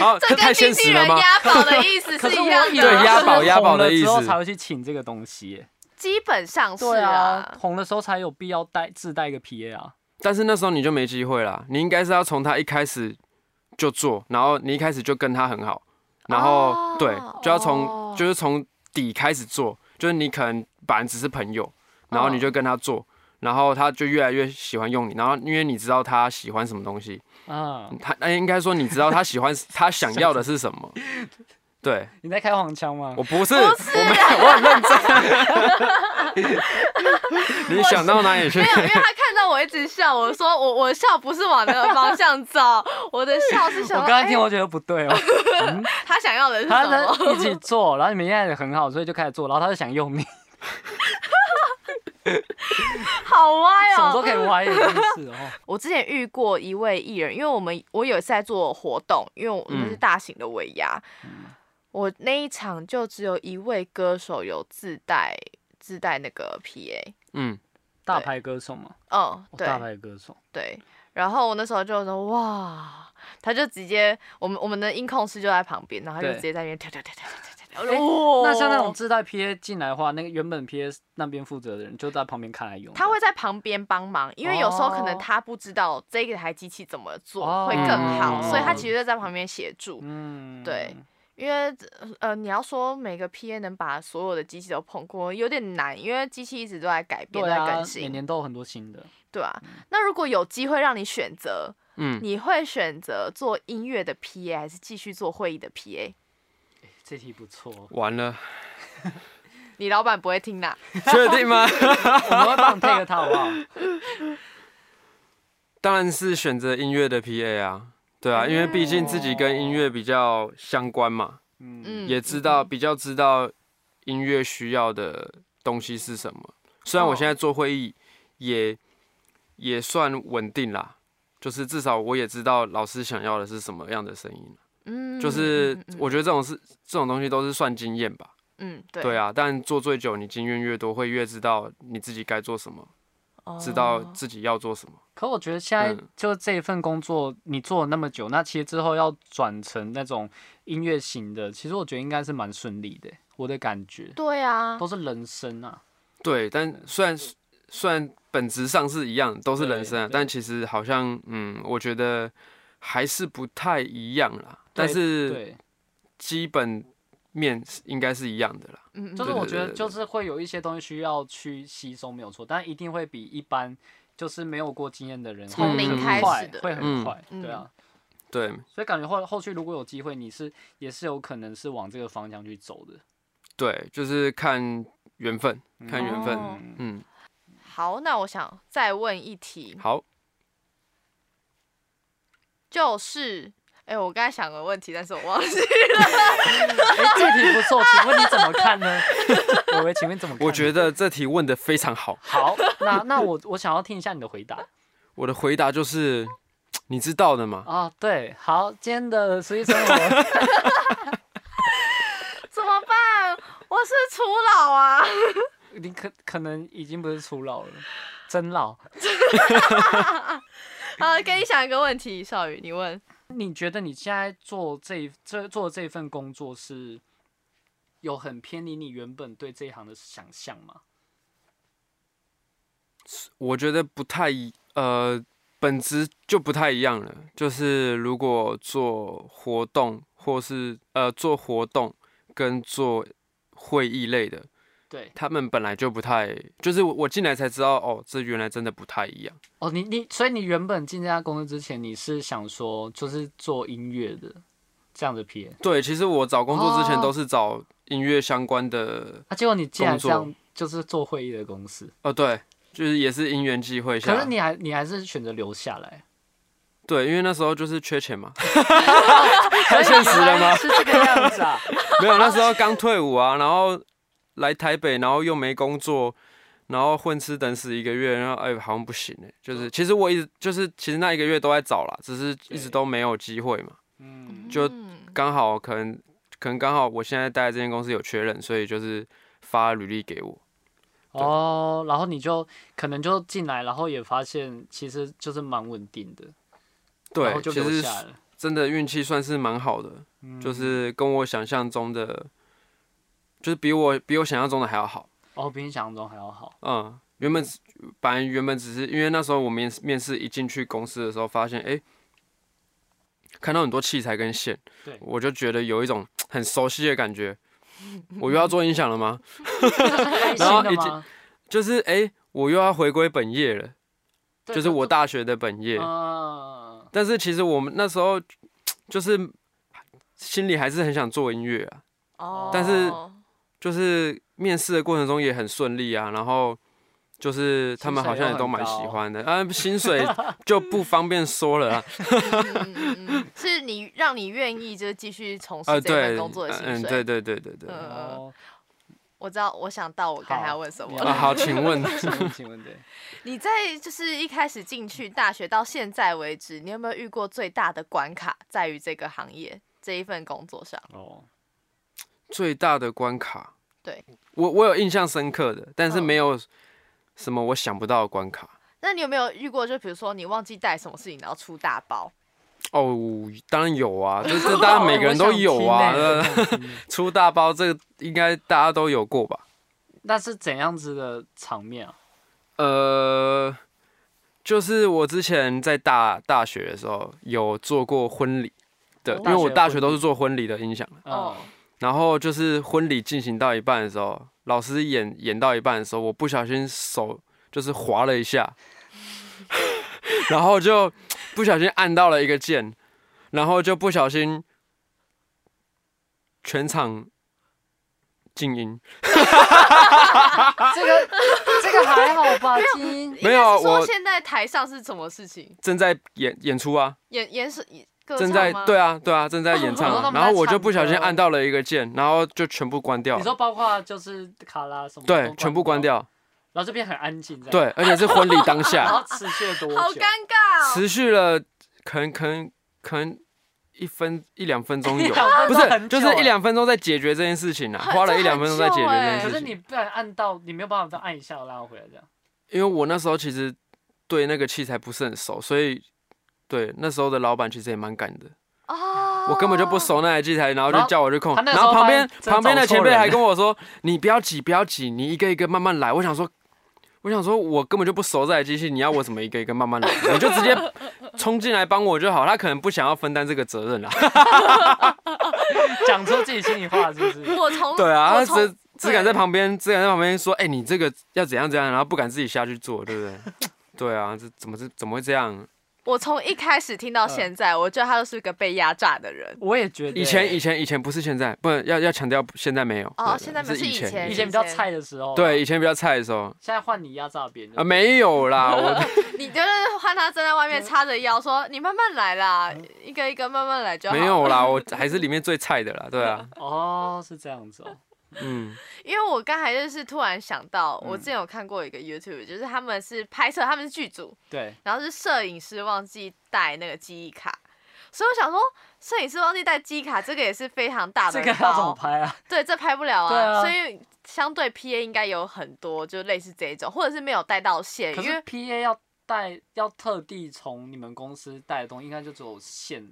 Speaker 3: 好，
Speaker 1: 哦这
Speaker 3: 太
Speaker 1: 跟经
Speaker 3: 现
Speaker 1: 纪
Speaker 3: 实
Speaker 1: 人
Speaker 3: 了吗？
Speaker 1: 押宝的意 [LAUGHS] 思
Speaker 2: 可
Speaker 1: 是
Speaker 2: 是
Speaker 1: 一
Speaker 2: 我
Speaker 1: 样
Speaker 2: 以为
Speaker 3: 对
Speaker 1: 的，
Speaker 3: 押宝
Speaker 2: 是
Speaker 3: 押宝
Speaker 2: 红
Speaker 3: 的
Speaker 2: 了
Speaker 3: 意
Speaker 2: 之后
Speaker 3: 思
Speaker 2: 才会去请这个东西耶。
Speaker 1: 基本上是
Speaker 2: 对啊，。红的时候才有必要带自带一个 PA 啊。
Speaker 3: 但是那时候你就没机会啦，你应该是要从他一开始就做，然后你一开始就跟他很好，然后、
Speaker 1: 哦
Speaker 3: 对，就要从、
Speaker 1: 哦
Speaker 3: 就是从底开始做，就是你可能本来只是朋友，然后
Speaker 1: 嗯
Speaker 3: 你就跟他做。然后他就越来越喜欢用你，然后因为你知道他喜欢什么东西，
Speaker 2: 啊，
Speaker 3: 他那应该说你知道他喜
Speaker 1: [LAUGHS]
Speaker 3: 欢他想要的是什么。对
Speaker 2: 你在开黄腔吗
Speaker 3: 我？不是，
Speaker 1: 不是
Speaker 3: 我没有，我很认真。你想到哪里去
Speaker 1: 没？有，因为他看到我一直笑，我说我我笑不是往那个方向走，我的笑是
Speaker 2: 我
Speaker 1: 想
Speaker 2: 刚
Speaker 1: 到，
Speaker 2: 才听，
Speaker 1: 哎
Speaker 2: 我觉得不对 [LAUGHS] 哦。
Speaker 1: 他想要的是
Speaker 2: 他
Speaker 1: 什
Speaker 2: 在
Speaker 1: 么？
Speaker 2: 一起做，然后你们现在也很好，所以就开始做，然后他就想用你，
Speaker 1: [LAUGHS] 好歪
Speaker 2: 什么时候
Speaker 1: 哦！
Speaker 2: 可以歪也真是 [LAUGHS] 哦。
Speaker 1: 我之前遇过一位艺人，因为我们我有一次在做活动，因为我
Speaker 3: 嗯
Speaker 1: 们是大型的尾牙，我那一场就只有一位歌手有自带自带那个 PA，
Speaker 3: 嗯，
Speaker 2: 大牌歌手嘛，
Speaker 1: 嗯，
Speaker 2: 哦
Speaker 1: 对，
Speaker 2: 大牌歌手，
Speaker 1: 对，然后我那时候就说哇，他就直接我们我们的音控师就在旁边，然后他就
Speaker 2: 对
Speaker 1: 直接在那边跳跳跳跳跳跳跳，哦我说
Speaker 2: 那像那种
Speaker 1: 哇
Speaker 2: 自带 PA 进来的话，那个原本 PA 那边负责的人就在旁边看来用的。
Speaker 1: 他会在旁边帮忙，因为有时候可能
Speaker 2: 哦
Speaker 1: 他不知道这一台机器怎么做
Speaker 2: 哦
Speaker 1: 会更好，
Speaker 3: 嗯
Speaker 1: 所以他其实就在旁边协助。
Speaker 2: 嗯
Speaker 1: 对，因为呃，你要说每个 PA 能把所有的机器都碰过，有点难，因为机器一直都在改变、
Speaker 2: 对
Speaker 1: 在
Speaker 2: 啊
Speaker 1: 更，新
Speaker 2: 每，年嗯都有很多新的。
Speaker 1: 对啊。那如果有机会让你选择，
Speaker 3: 嗯，，
Speaker 1: 你会选择做音乐的 PA 还是继续做会议的 PA？
Speaker 2: 这题不错
Speaker 3: 完了， [LAUGHS]
Speaker 1: 你老板不会听啦。
Speaker 3: 确定吗？
Speaker 2: 我们会帮你 take 他好
Speaker 1: [LAUGHS]
Speaker 2: 不好？
Speaker 3: 当然是选择音乐的 PA 啊，对
Speaker 1: 嗯
Speaker 3: 啊，因为毕竟自己跟音乐比较相关嘛，
Speaker 2: 嗯，
Speaker 1: 嗯，
Speaker 3: 也知道比较知道音乐需要的东西是什么。虽然我现在做会议也也算稳定啦，就是至少我也知道老师想要的是什么样的声音。
Speaker 1: 嗯，
Speaker 3: 就是
Speaker 1: 嗯嗯嗯
Speaker 3: 我觉得这种是这种东西都是算经验吧，啊
Speaker 1: 嗯，对
Speaker 3: 对啊。但做最久，你经验越多，会越知道你自己该做什么。
Speaker 1: 哦
Speaker 3: 知道自己要做什么。
Speaker 2: 可我觉得现在就这一份工作，你做了那么久，那其实之后要转成那种音乐型的，其实我觉得应该是蛮顺利的，我的感觉
Speaker 1: 对啊，
Speaker 2: 都是人生啊。
Speaker 3: 对，但虽然虽然本质上是一样，都是人生、啊，但其实好像嗯，我觉得还是不太一样啦。但是
Speaker 2: 对，
Speaker 3: 基本面是应该是一样的啦。
Speaker 1: 嗯，嗯
Speaker 2: 就是
Speaker 1: 嗯
Speaker 2: 我觉
Speaker 3: 对对
Speaker 2: 得
Speaker 3: 对对
Speaker 2: 就是会有一些东西需要去吸收，没有错，但一定会比一般就是没有过经验的人会
Speaker 1: 从
Speaker 3: 零
Speaker 2: 很
Speaker 3: 开
Speaker 2: 快
Speaker 1: 始的
Speaker 2: 会
Speaker 3: 嗯
Speaker 2: 很快，对啊。
Speaker 3: 对
Speaker 2: 所以感觉后后续如果有机会，你是也是有可能是往这个方向去走的。
Speaker 3: 对，就是看缘分，看缘分。
Speaker 1: 哦
Speaker 2: 嗯
Speaker 3: 嗯，
Speaker 1: 好，那我想再问一题，
Speaker 3: 好，
Speaker 1: 就是，哎、我刚才想个问题，但是我忘记。
Speaker 2: 哎、这题不错，请问你怎么看呢？ [LAUGHS] 我喂，请问怎么看呢？
Speaker 3: 我觉得这题问的非常好。
Speaker 2: [LAUGHS] 好，那那我我想要听一下你的回答
Speaker 3: 我的回答就是，你知道的嘛。
Speaker 2: 啊。对，好，今天的实习生活，
Speaker 1: [LAUGHS]
Speaker 2: [LAUGHS]
Speaker 1: 怎么办？我是初老啊！
Speaker 2: 你可可能已经不是初老了，真老。
Speaker 3: [LAUGHS]
Speaker 1: 好，给你想一个问题，少宇，你问。
Speaker 2: 你觉得你现在做这一这做这份工作是有很偏离你原本对这一行的想象吗？
Speaker 3: 我觉得不太一，呃，本质就不太一样了。就是如果做活动，或是呃做活动跟做会议类的，
Speaker 2: 对，
Speaker 3: 他们本来就不太，就是我我进来才知道，哦，这原来真的不太一样。
Speaker 2: 哦，你你所以你原本进这家公司之前，你是想说就是做音乐的这样的 P，
Speaker 3: 对，其实我找工作之前
Speaker 2: 哦
Speaker 3: 都是找音乐相关的，
Speaker 2: 啊，结果你进来
Speaker 3: 工
Speaker 2: 这
Speaker 3: 作
Speaker 2: 样就是做会议的公司，
Speaker 3: 哦，对，就是也是因缘际会下。
Speaker 2: 可是你还你还是选择留下 [LAUGHS] 来，
Speaker 3: 对，因为那时候就是缺钱嘛，
Speaker 2: 太
Speaker 3: 现实了吗
Speaker 2: [LAUGHS] 是这个样子啊。 [LAUGHS]
Speaker 3: 没有，那时候刚退伍啊，然后来台北，然后又没工作，然后混吃等死一个月，然后哎，好像不行哎、就是其实我一直就是其实那一个月都在找啦，只是一直
Speaker 2: 对
Speaker 3: 都没有机会嘛，
Speaker 2: 嗯，
Speaker 3: 就
Speaker 1: 嗯
Speaker 3: 刚好可能可能刚好我现在待在这间公司有缺人，所以就是发履历给我，
Speaker 2: 哦，然后你就可能就进来，然后也发现其实就是蛮稳定的，然
Speaker 3: 对
Speaker 2: 后，就
Speaker 3: 其
Speaker 2: 留
Speaker 3: 实
Speaker 2: 下来了。
Speaker 3: 真的运气算是蛮好的，
Speaker 2: 嗯
Speaker 3: 就是跟我想象中的，就是比我比我想象中的还要好。
Speaker 2: 哦，比你想象中还要好。
Speaker 3: 嗯，原本只本来原本只是因为那时候我面面试一进去公司的时候，发现哎、诶看到很多器材跟线
Speaker 2: 对，
Speaker 3: 我 [LAUGHS] 就觉得有一种很熟悉的感觉。我又要做音响了吗？
Speaker 2: 开
Speaker 3: 然后
Speaker 2: 心的
Speaker 3: 已
Speaker 2: 吗？
Speaker 3: 就是哎、诶我又要回归本业了，
Speaker 2: 对
Speaker 3: 就是我。大学的本业。
Speaker 2: 嗯，
Speaker 3: 但是其实我们那时候就是心里还是很想做音乐啊，
Speaker 1: 哦
Speaker 3: 但是就是面试的过程中也很顺利啊，然后就是他们好像也都蛮
Speaker 1: 哦
Speaker 3: 喜欢的啊，
Speaker 1: [LAUGHS]
Speaker 3: 薪水就不方便说了啊，
Speaker 1: 嗯嗯嗯是你让你愿意就是继续从
Speaker 3: 呃
Speaker 1: 事这份
Speaker 3: 对，
Speaker 1: 工作的薪水。
Speaker 3: 嗯对对对对对，
Speaker 1: 嗯
Speaker 2: 哦，
Speaker 1: 我知道，我想到我刚才要问什
Speaker 2: 好
Speaker 1: 么。
Speaker 3: [LAUGHS] 啊好，请问
Speaker 2: 请问请 [LAUGHS] 问对，
Speaker 1: 你在就是一开始进去大学到现在为止，你有没有遇过最大的关卡在于这个行业这一份工作上？
Speaker 2: 哦，
Speaker 3: 最大的关卡，
Speaker 1: [LAUGHS] 对
Speaker 3: 我我有印象深刻的，但是
Speaker 1: 嗯
Speaker 3: 没有什么我想不到的关卡
Speaker 1: 那你有没有遇过就比如说你忘记带什么事情，然后出大包？
Speaker 3: 哦，当然有啊，这这当然每个人都有
Speaker 2: 哦
Speaker 3: 啊，
Speaker 2: 我
Speaker 3: 呃
Speaker 2: 想
Speaker 3: [LAUGHS]
Speaker 2: 听欸
Speaker 3: 出大包这个应该大家都有过吧。
Speaker 2: 那是怎样子的场面啊？
Speaker 3: 呃，就是我之前在大大学的时候有做过婚礼的，
Speaker 2: 哦
Speaker 3: 因为我
Speaker 2: 大
Speaker 3: 大
Speaker 2: 学婚礼
Speaker 3: 学都是做婚礼的音响的。
Speaker 1: 哦
Speaker 2: 嗯，，
Speaker 3: 然后就是婚礼进行到一半的时候，老师演演到一半的时候，我不小心手就是滑了一下， [LAUGHS] 然后就不小心按到了一个键，然后就不小心全场静音。
Speaker 2: 这个这个还好吧？金
Speaker 3: 没有啊
Speaker 1: 应该是说
Speaker 3: 我
Speaker 1: 现在台上是什么事情？
Speaker 3: 正在演演出啊，
Speaker 1: 演演是歌
Speaker 3: 正在
Speaker 1: 唱吗
Speaker 3: 对啊对啊正在演唱
Speaker 2: 哦
Speaker 3: 啊
Speaker 2: 他，们
Speaker 3: 然后
Speaker 2: 在
Speaker 3: 我就
Speaker 2: 唱
Speaker 3: 不小心
Speaker 2: 歌
Speaker 3: 按到了一个键，然后就全部关掉
Speaker 2: 你
Speaker 3: 了，
Speaker 2: 说包括就是卡拉什么？
Speaker 3: 对，全部关，掉，
Speaker 2: 然后这边很安静，这样，
Speaker 3: 对，啊而且是婚礼当
Speaker 2: [LAUGHS] 然
Speaker 3: 下，
Speaker 2: 后持续了多
Speaker 1: 好
Speaker 2: 久
Speaker 1: 尴？尬、哦。
Speaker 3: 持续了可能可能可能一分一两分
Speaker 2: [LAUGHS]
Speaker 3: 钟有
Speaker 2: 一两，分钟
Speaker 3: 不是
Speaker 2: 很久
Speaker 3: 就是
Speaker 2: 欸
Speaker 3: 一两分钟在解决这件事情啊，
Speaker 1: 很
Speaker 3: 花
Speaker 1: 这
Speaker 3: 了一
Speaker 1: 很
Speaker 3: 两分钟在解
Speaker 1: 久
Speaker 3: 决
Speaker 1: 欸
Speaker 3: 这
Speaker 2: 可
Speaker 3: 件
Speaker 2: 是
Speaker 3: 事
Speaker 2: 你
Speaker 3: 情，
Speaker 2: 不然按到，你没有办法再按一下拉回来这样。
Speaker 3: 因为我那时候其实对那个器材不是很熟，所以对那时候的老板其实也蛮赶的。
Speaker 1: 哦，
Speaker 3: 我根本就不。熟那台器材，然后就叫我去控。
Speaker 2: 他那
Speaker 3: 然
Speaker 2: 时候
Speaker 3: 后旁边
Speaker 2: 发现真的
Speaker 3: 旁边的
Speaker 2: 找错
Speaker 3: 前辈
Speaker 2: 人
Speaker 3: 还跟我说：“你不要急，不要急，你一个一个慢慢来。”我想说，我想说，我根本就不熟这台机器，你要我怎么一个一个慢慢来？你就直接冲进来帮我就好。他可能不想要分担这个
Speaker 1: [LAUGHS]
Speaker 3: 责任啦。
Speaker 2: 讲出自己心里话，是不是？
Speaker 1: 我从
Speaker 3: [LAUGHS] 对啊，
Speaker 1: 我
Speaker 3: 他
Speaker 1: 从
Speaker 3: 只只敢
Speaker 1: 对
Speaker 3: 在旁边，只敢在旁边说：“哎，你这个要怎样怎样。”然后不敢自己下去做，对不对？ [LAUGHS] 对啊，这怎么这怎么会这样？
Speaker 1: 我从一开始
Speaker 3: 嗯
Speaker 1: 听到现在，我觉得他就是一个被压榨的人。
Speaker 2: 我也觉得欸
Speaker 3: 以前以前以前不是现在，不能要要强调现在没有
Speaker 1: 哦
Speaker 3: 对
Speaker 1: 现在没有
Speaker 3: 是
Speaker 1: 是以前
Speaker 2: 以前比较菜的时候，啊
Speaker 3: 对，以前比较菜的时候
Speaker 2: 现在换你压榨别人
Speaker 3: 啊，没
Speaker 2: [LAUGHS]
Speaker 3: 有啦，我
Speaker 1: 你就是换他站在外
Speaker 3: 嗯
Speaker 1: 面叉着腰说：“你慢慢来啦，一个一个慢慢来就好。”
Speaker 3: 没有啦，
Speaker 2: [LAUGHS]
Speaker 3: 我还是里面最菜的啦，对啊，
Speaker 2: 哦，是这样子哦，
Speaker 3: 嗯，
Speaker 1: 因为我刚才就是突然想到，我
Speaker 2: 嗯
Speaker 1: 之前有看过一个 YouTube，、就是他们是拍摄，他们是剧组，
Speaker 2: 对，
Speaker 1: 然后是摄影师忘记带那个记忆卡，所以我想说，摄影师忘记带记忆卡，这个也是非常大
Speaker 2: 这
Speaker 1: 的
Speaker 2: 个要怎
Speaker 1: 包，
Speaker 2: 么拍啊？
Speaker 1: 对，这拍不了
Speaker 2: 对
Speaker 1: 啊，
Speaker 2: 啊
Speaker 1: 所以相对 PA 应该有很多，就类似这一种，或者是没有带到线，
Speaker 2: 可
Speaker 1: 因
Speaker 2: 是
Speaker 1: 为
Speaker 2: P A 要带，要特地从你们公司带的东西，应该就只有线，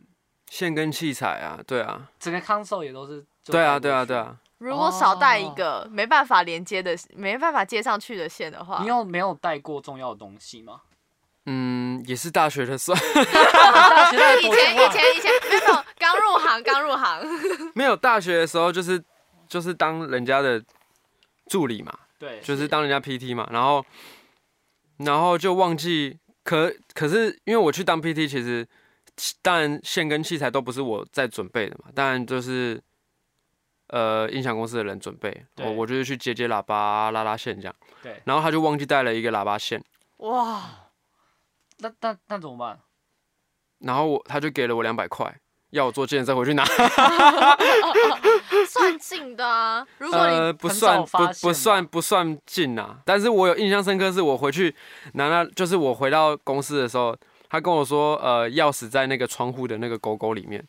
Speaker 3: 线跟器材啊，对啊，
Speaker 2: 整个 console 也都是。就
Speaker 3: 对
Speaker 2: 带过
Speaker 3: 啊，
Speaker 2: 去
Speaker 3: 对啊，对。啊，
Speaker 1: 如果少带
Speaker 2: 哦
Speaker 1: 一个、没办法连接的，没办法接上去的线的话
Speaker 2: 你，有没有带过重要的东西吗？
Speaker 3: 嗯，也是大学的时候， [LAUGHS]
Speaker 2: 大学
Speaker 1: [LAUGHS]
Speaker 2: 带
Speaker 1: 以
Speaker 2: 多重
Speaker 1: 前
Speaker 2: 要
Speaker 1: 以前以前没有没有，刚入行刚入行，
Speaker 3: 没有大学的时候就是就是当人家的助理嘛，
Speaker 2: 对，
Speaker 3: 就是当人家 PT 嘛，然后然后就忘记，可可是因为我去当 PT，其实当然线跟器材都不是我在准备的嘛，当然就是呃音响公司的人准备，我
Speaker 2: 对
Speaker 3: 我就是去接接喇叭、啊拉拉线这样，
Speaker 2: 对，
Speaker 3: 然后他就忘记带了一个喇叭线。
Speaker 1: 哇，
Speaker 2: 那那那怎么
Speaker 3: [LAUGHS]
Speaker 2: 办？
Speaker 3: 然后我他就给了我两百块，要我坐计程车回去拿。
Speaker 1: 算尽的啊！如果你、
Speaker 3: 呃，不
Speaker 2: 很
Speaker 3: 算
Speaker 2: 早
Speaker 3: 不
Speaker 2: 发
Speaker 3: 不
Speaker 2: 现
Speaker 3: 算
Speaker 2: 吧
Speaker 3: 不算近啊，但是我有印象深刻，是我回去拿那，就是我回到公司的时候，他跟我说，呃，钥匙在那个窗户的那个勾勾里面，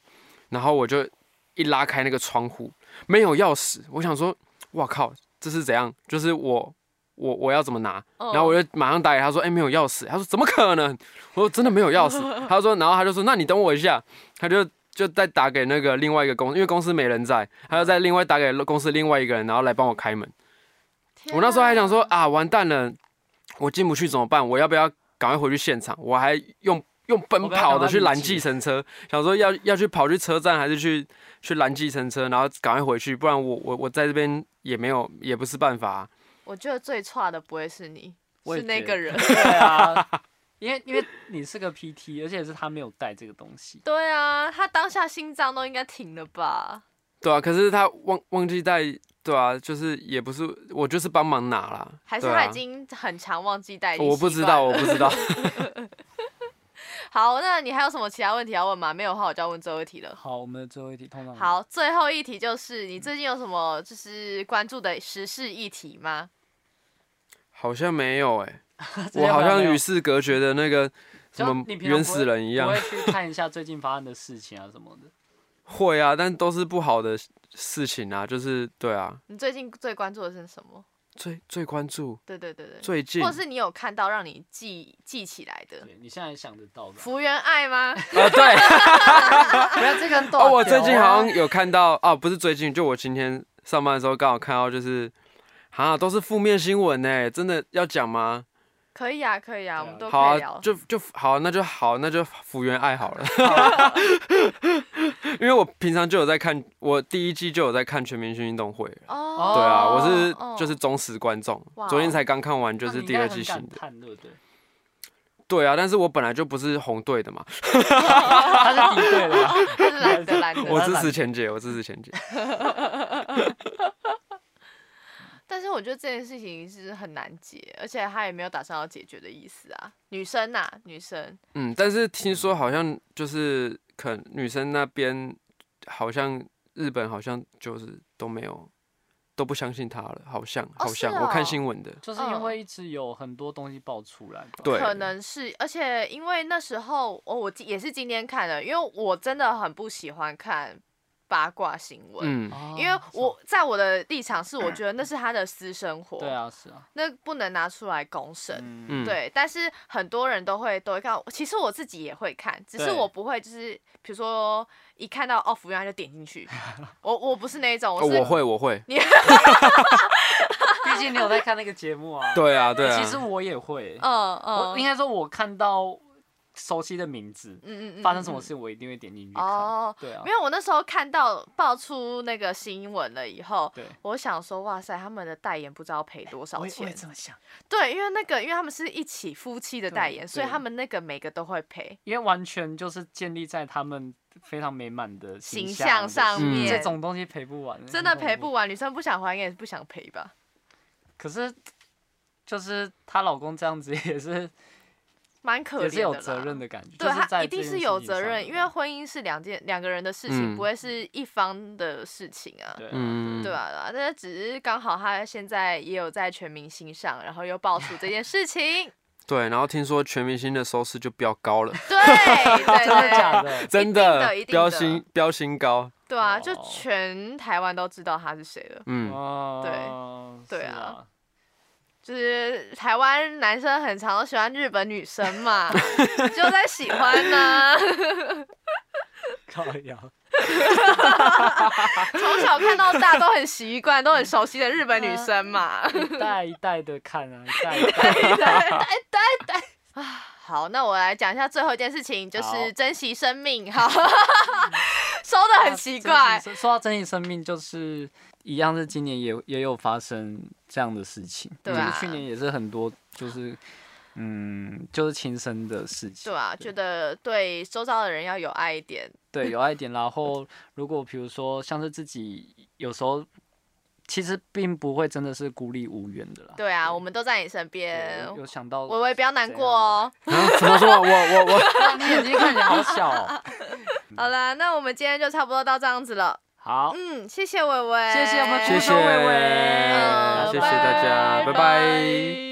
Speaker 3: 然后我就一拉开那个窗户，没有钥匙，我想说，哇靠，这是怎样？就是我。我我要怎么拿？
Speaker 1: 嗯
Speaker 3: 然后我就马上打给他说：“哎、没有钥匙。”他说：“怎么可能？”我说：“真的没有钥匙。” [LAUGHS] 他说：“然后他就说：‘那你等我一下。’他就就再打给那个另外一个公，因为公司没人在，他就再另外打给公司另外一个人，然后来帮我开门。
Speaker 1: 天啊
Speaker 3: 我那时候还想说啊，完蛋了，我进不去怎么办？我要不要赶快回去现场？我还用用奔跑的去拦计程车，想说要要去跑去车站还是去去拦计程车，然后赶快回去，不然我我我在这边也没有也不是办法啊、
Speaker 1: 我觉得最差的不会是你，
Speaker 2: 我也
Speaker 1: 是那
Speaker 2: 觉
Speaker 1: 个
Speaker 2: 得
Speaker 3: [LAUGHS]
Speaker 1: 人。
Speaker 2: 对啊，因为因为你是个 PT，而且是他没有带这个东西。
Speaker 1: 对啊，他当下心脏都应该停了吧？
Speaker 3: 对啊，可是他忘忘记带，对啊，就是也不是我就是帮忙拿啦，
Speaker 1: 还是
Speaker 3: 对啊哦
Speaker 1: 他已经很常忘记带、
Speaker 3: 我不知道，我。不知道。 [LAUGHS]
Speaker 1: 好，那你还有什么其他问题要问吗？没有的话，我就要问最后一题了。
Speaker 2: 好，我们的最后一题通常，
Speaker 1: 好，最后一题就是你最近有什么就是关注的时事议题吗？
Speaker 3: 好像没有哎、
Speaker 2: 这
Speaker 1: 啊
Speaker 2: 些
Speaker 3: 我好像
Speaker 2: 没有
Speaker 3: 与世隔绝的那个什
Speaker 2: 就
Speaker 3: 么
Speaker 2: 你平常
Speaker 3: 原
Speaker 2: 不
Speaker 3: 始
Speaker 2: 会
Speaker 3: 人一样
Speaker 2: 不。会去看一下最近发生的事情啊什么的。
Speaker 3: 会啊，但都是不好的事情啊，就是对啊，
Speaker 1: 你最近最关注的是什么？
Speaker 3: 最最关注
Speaker 1: 对对对对，
Speaker 3: 最近
Speaker 1: 或
Speaker 3: 啊，
Speaker 1: 者是你有看到让你记记起来的
Speaker 2: 对你现在想得到的啊，
Speaker 1: 福原爱
Speaker 3: [LAUGHS]
Speaker 1: 吗？
Speaker 3: 哦
Speaker 1: [LAUGHS]
Speaker 3: 对
Speaker 2: 不要这个人多
Speaker 3: 哦，我最近
Speaker 2: 屌啊
Speaker 3: 好像有看到哦，不是最近，就我今天上班的时候刚好看到，就是啊，都是负面新闻呢，真的要讲吗？
Speaker 1: 可以啊，可以啊，我
Speaker 2: 对啊
Speaker 1: 们都
Speaker 3: 好
Speaker 1: 可
Speaker 3: 啊
Speaker 1: 以聊。，
Speaker 3: 就就好、那就好，那就福原爱好了，
Speaker 1: 啊
Speaker 3: [LAUGHS] 因为我平常就有在看，我第一季就有在看全明星运动会了。
Speaker 1: 哦，
Speaker 3: 对啊，我是
Speaker 1: 哦
Speaker 3: 就是忠实观众
Speaker 1: 哇，哦
Speaker 3: 昨天才刚看完，就
Speaker 2: 那
Speaker 3: 是
Speaker 2: 你
Speaker 3: 第
Speaker 2: 应该
Speaker 3: 二
Speaker 2: 很
Speaker 3: 季新
Speaker 2: 感
Speaker 3: 的。
Speaker 2: 叹对不对？
Speaker 3: 对啊，但是我本来就不是红队的嘛，
Speaker 2: 他是敌对的啊，
Speaker 1: 他是懒
Speaker 3: [LAUGHS]
Speaker 1: 得懒得。
Speaker 3: 我支持前姐，我支持前姐。
Speaker 1: 但是我觉得这件事情是很难解，而且他也没有打算要解决的意思啊。女生呐、女生，
Speaker 3: 嗯，但是听说好像就是可能女生那边好像日本好像就是都没有都不相信他了，好像好像
Speaker 1: 是哦
Speaker 3: 我看新闻的，
Speaker 2: 就是因为一直有很多东西爆出来吧。
Speaker 3: 对
Speaker 1: 可能是，而且因为那时候哦，我今也是今天看的，因为我真的很不喜欢看八卦新闻。
Speaker 3: 嗯，
Speaker 1: 因
Speaker 2: 哦
Speaker 1: 为我在我的立场是，我觉得那是他的私生活，
Speaker 2: 啊对啊是啊，
Speaker 1: 那不能拿出来公审。
Speaker 2: 嗯
Speaker 1: [LAUGHS]
Speaker 3: 嗯，
Speaker 1: 对，但是很多人都会都会看，其实我自己也会看，只是
Speaker 2: 对
Speaker 1: 我不会就是，比如说一看到哦，服务员就点进
Speaker 2: [LAUGHS]
Speaker 1: 去，我我不是那一种，
Speaker 3: 哦
Speaker 1: 我是、
Speaker 3: 我会我会，
Speaker 2: 毕竟你有在看那个节目啊。
Speaker 3: [LAUGHS] 对啊对啊，
Speaker 2: 其实我也会，
Speaker 1: 嗯
Speaker 2: 我
Speaker 1: 嗯
Speaker 2: 应该说我看到熟悉的名字，
Speaker 1: 嗯嗯
Speaker 2: 发生什么事我一定会点进去看。
Speaker 1: 哦。
Speaker 2: 对啊
Speaker 1: 因，为我那时候看到爆出那个新闻了以后，
Speaker 2: 对，
Speaker 1: 我想说，哇塞，他们的代言不知道赔多少
Speaker 2: 我也我
Speaker 1: 钱
Speaker 2: 也。这么想，
Speaker 1: 对，因为那个，因为他们是一起夫妻的代
Speaker 2: 对
Speaker 1: 言，所以
Speaker 2: 对
Speaker 1: 他们那个每个都会赔。
Speaker 2: 因为完全就是建立在他们非常美满的
Speaker 1: 形
Speaker 2: 象
Speaker 1: 象上
Speaker 2: 就是
Speaker 3: 面
Speaker 2: 这种东西赔不完，
Speaker 1: 真的赔不
Speaker 2: 完。
Speaker 1: 完，女生不想还，应该也是不想赔吧？
Speaker 2: 可是就是她老公这样子 [LAUGHS]
Speaker 1: [LAUGHS]
Speaker 2: 也是
Speaker 1: 蛮可
Speaker 2: 也
Speaker 1: 怜
Speaker 2: 是
Speaker 1: 的
Speaker 2: 有
Speaker 1: 啦
Speaker 2: 责任的感觉，
Speaker 1: 对
Speaker 2: 就是
Speaker 1: 他
Speaker 2: 在
Speaker 1: 一定
Speaker 2: 这件
Speaker 1: 是
Speaker 2: 事
Speaker 1: 有
Speaker 2: 情
Speaker 1: 责
Speaker 2: 上
Speaker 1: 任，
Speaker 2: 的
Speaker 1: 因为婚姻是两件两个人的事情，
Speaker 3: 嗯
Speaker 1: 不会是一方的事情啊。
Speaker 2: 对啊
Speaker 3: 嗯
Speaker 1: 对啊，对啊，那只是刚好他现在也有在全明星上，然后又爆出这件事
Speaker 2: [LAUGHS]
Speaker 1: 情。
Speaker 3: 对，啊然后听说全明星的收视就飙
Speaker 1: [LAUGHS]
Speaker 3: 高了，
Speaker 1: 对， [LAUGHS] 对啊
Speaker 2: 真的假
Speaker 1: 对， [LAUGHS]
Speaker 2: 的？
Speaker 3: 真
Speaker 1: 一定的
Speaker 3: 飙新飙新高，
Speaker 1: 对啊，就
Speaker 2: 哦
Speaker 1: 全台湾都知道他是谁了。
Speaker 3: 嗯，
Speaker 2: 哦，
Speaker 1: 对
Speaker 2: 是
Speaker 1: 啊
Speaker 2: 啊，
Speaker 1: 就是台湾男生很常都喜欢日本女生嘛，就在喜欢
Speaker 2: [LAUGHS]
Speaker 1: 呢、
Speaker 2: [LAUGHS] 靠腰，
Speaker 1: 从小看到大都很习惯、都很熟悉的日本女生嘛。
Speaker 2: 一代一代的看啊，一代一代地
Speaker 1: 哎啊好，那我来讲一下最后一件事情，就
Speaker 2: 好
Speaker 1: 是珍惜生命。
Speaker 2: [LAUGHS]
Speaker 1: 好，收的 [LAUGHS] 很奇怪
Speaker 2: 珍惜。生说到珍惜生命，就是一样是今年也也有发生这样的事情，
Speaker 1: 对啊
Speaker 2: 就是去年也是很多，就是嗯，就是亲身的事情
Speaker 1: 对。啊，觉得对周遭的人要有爱一点。
Speaker 2: 对，有爱一点。然后，如果比如说像是自己有时候，其实并不会真的是孤立无援的啦。
Speaker 1: 对啊，我们都在你身
Speaker 2: 对，
Speaker 1: 边。
Speaker 2: 有有想到，
Speaker 1: 微微不要难过哦。
Speaker 3: 啊，怎么说？我我我，
Speaker 2: 哇你眼睛看起来好小哦。
Speaker 1: 好了，那我们今天就差不多到这样子了。
Speaker 2: 好，
Speaker 1: 嗯，谢谢微微，
Speaker 2: 谢谢我们
Speaker 3: 谢
Speaker 1: 哎
Speaker 2: 鼓
Speaker 3: 谢
Speaker 2: 手伟伟
Speaker 3: 呃谢谢大家
Speaker 1: 嗯
Speaker 3: 拜拜
Speaker 1: 拜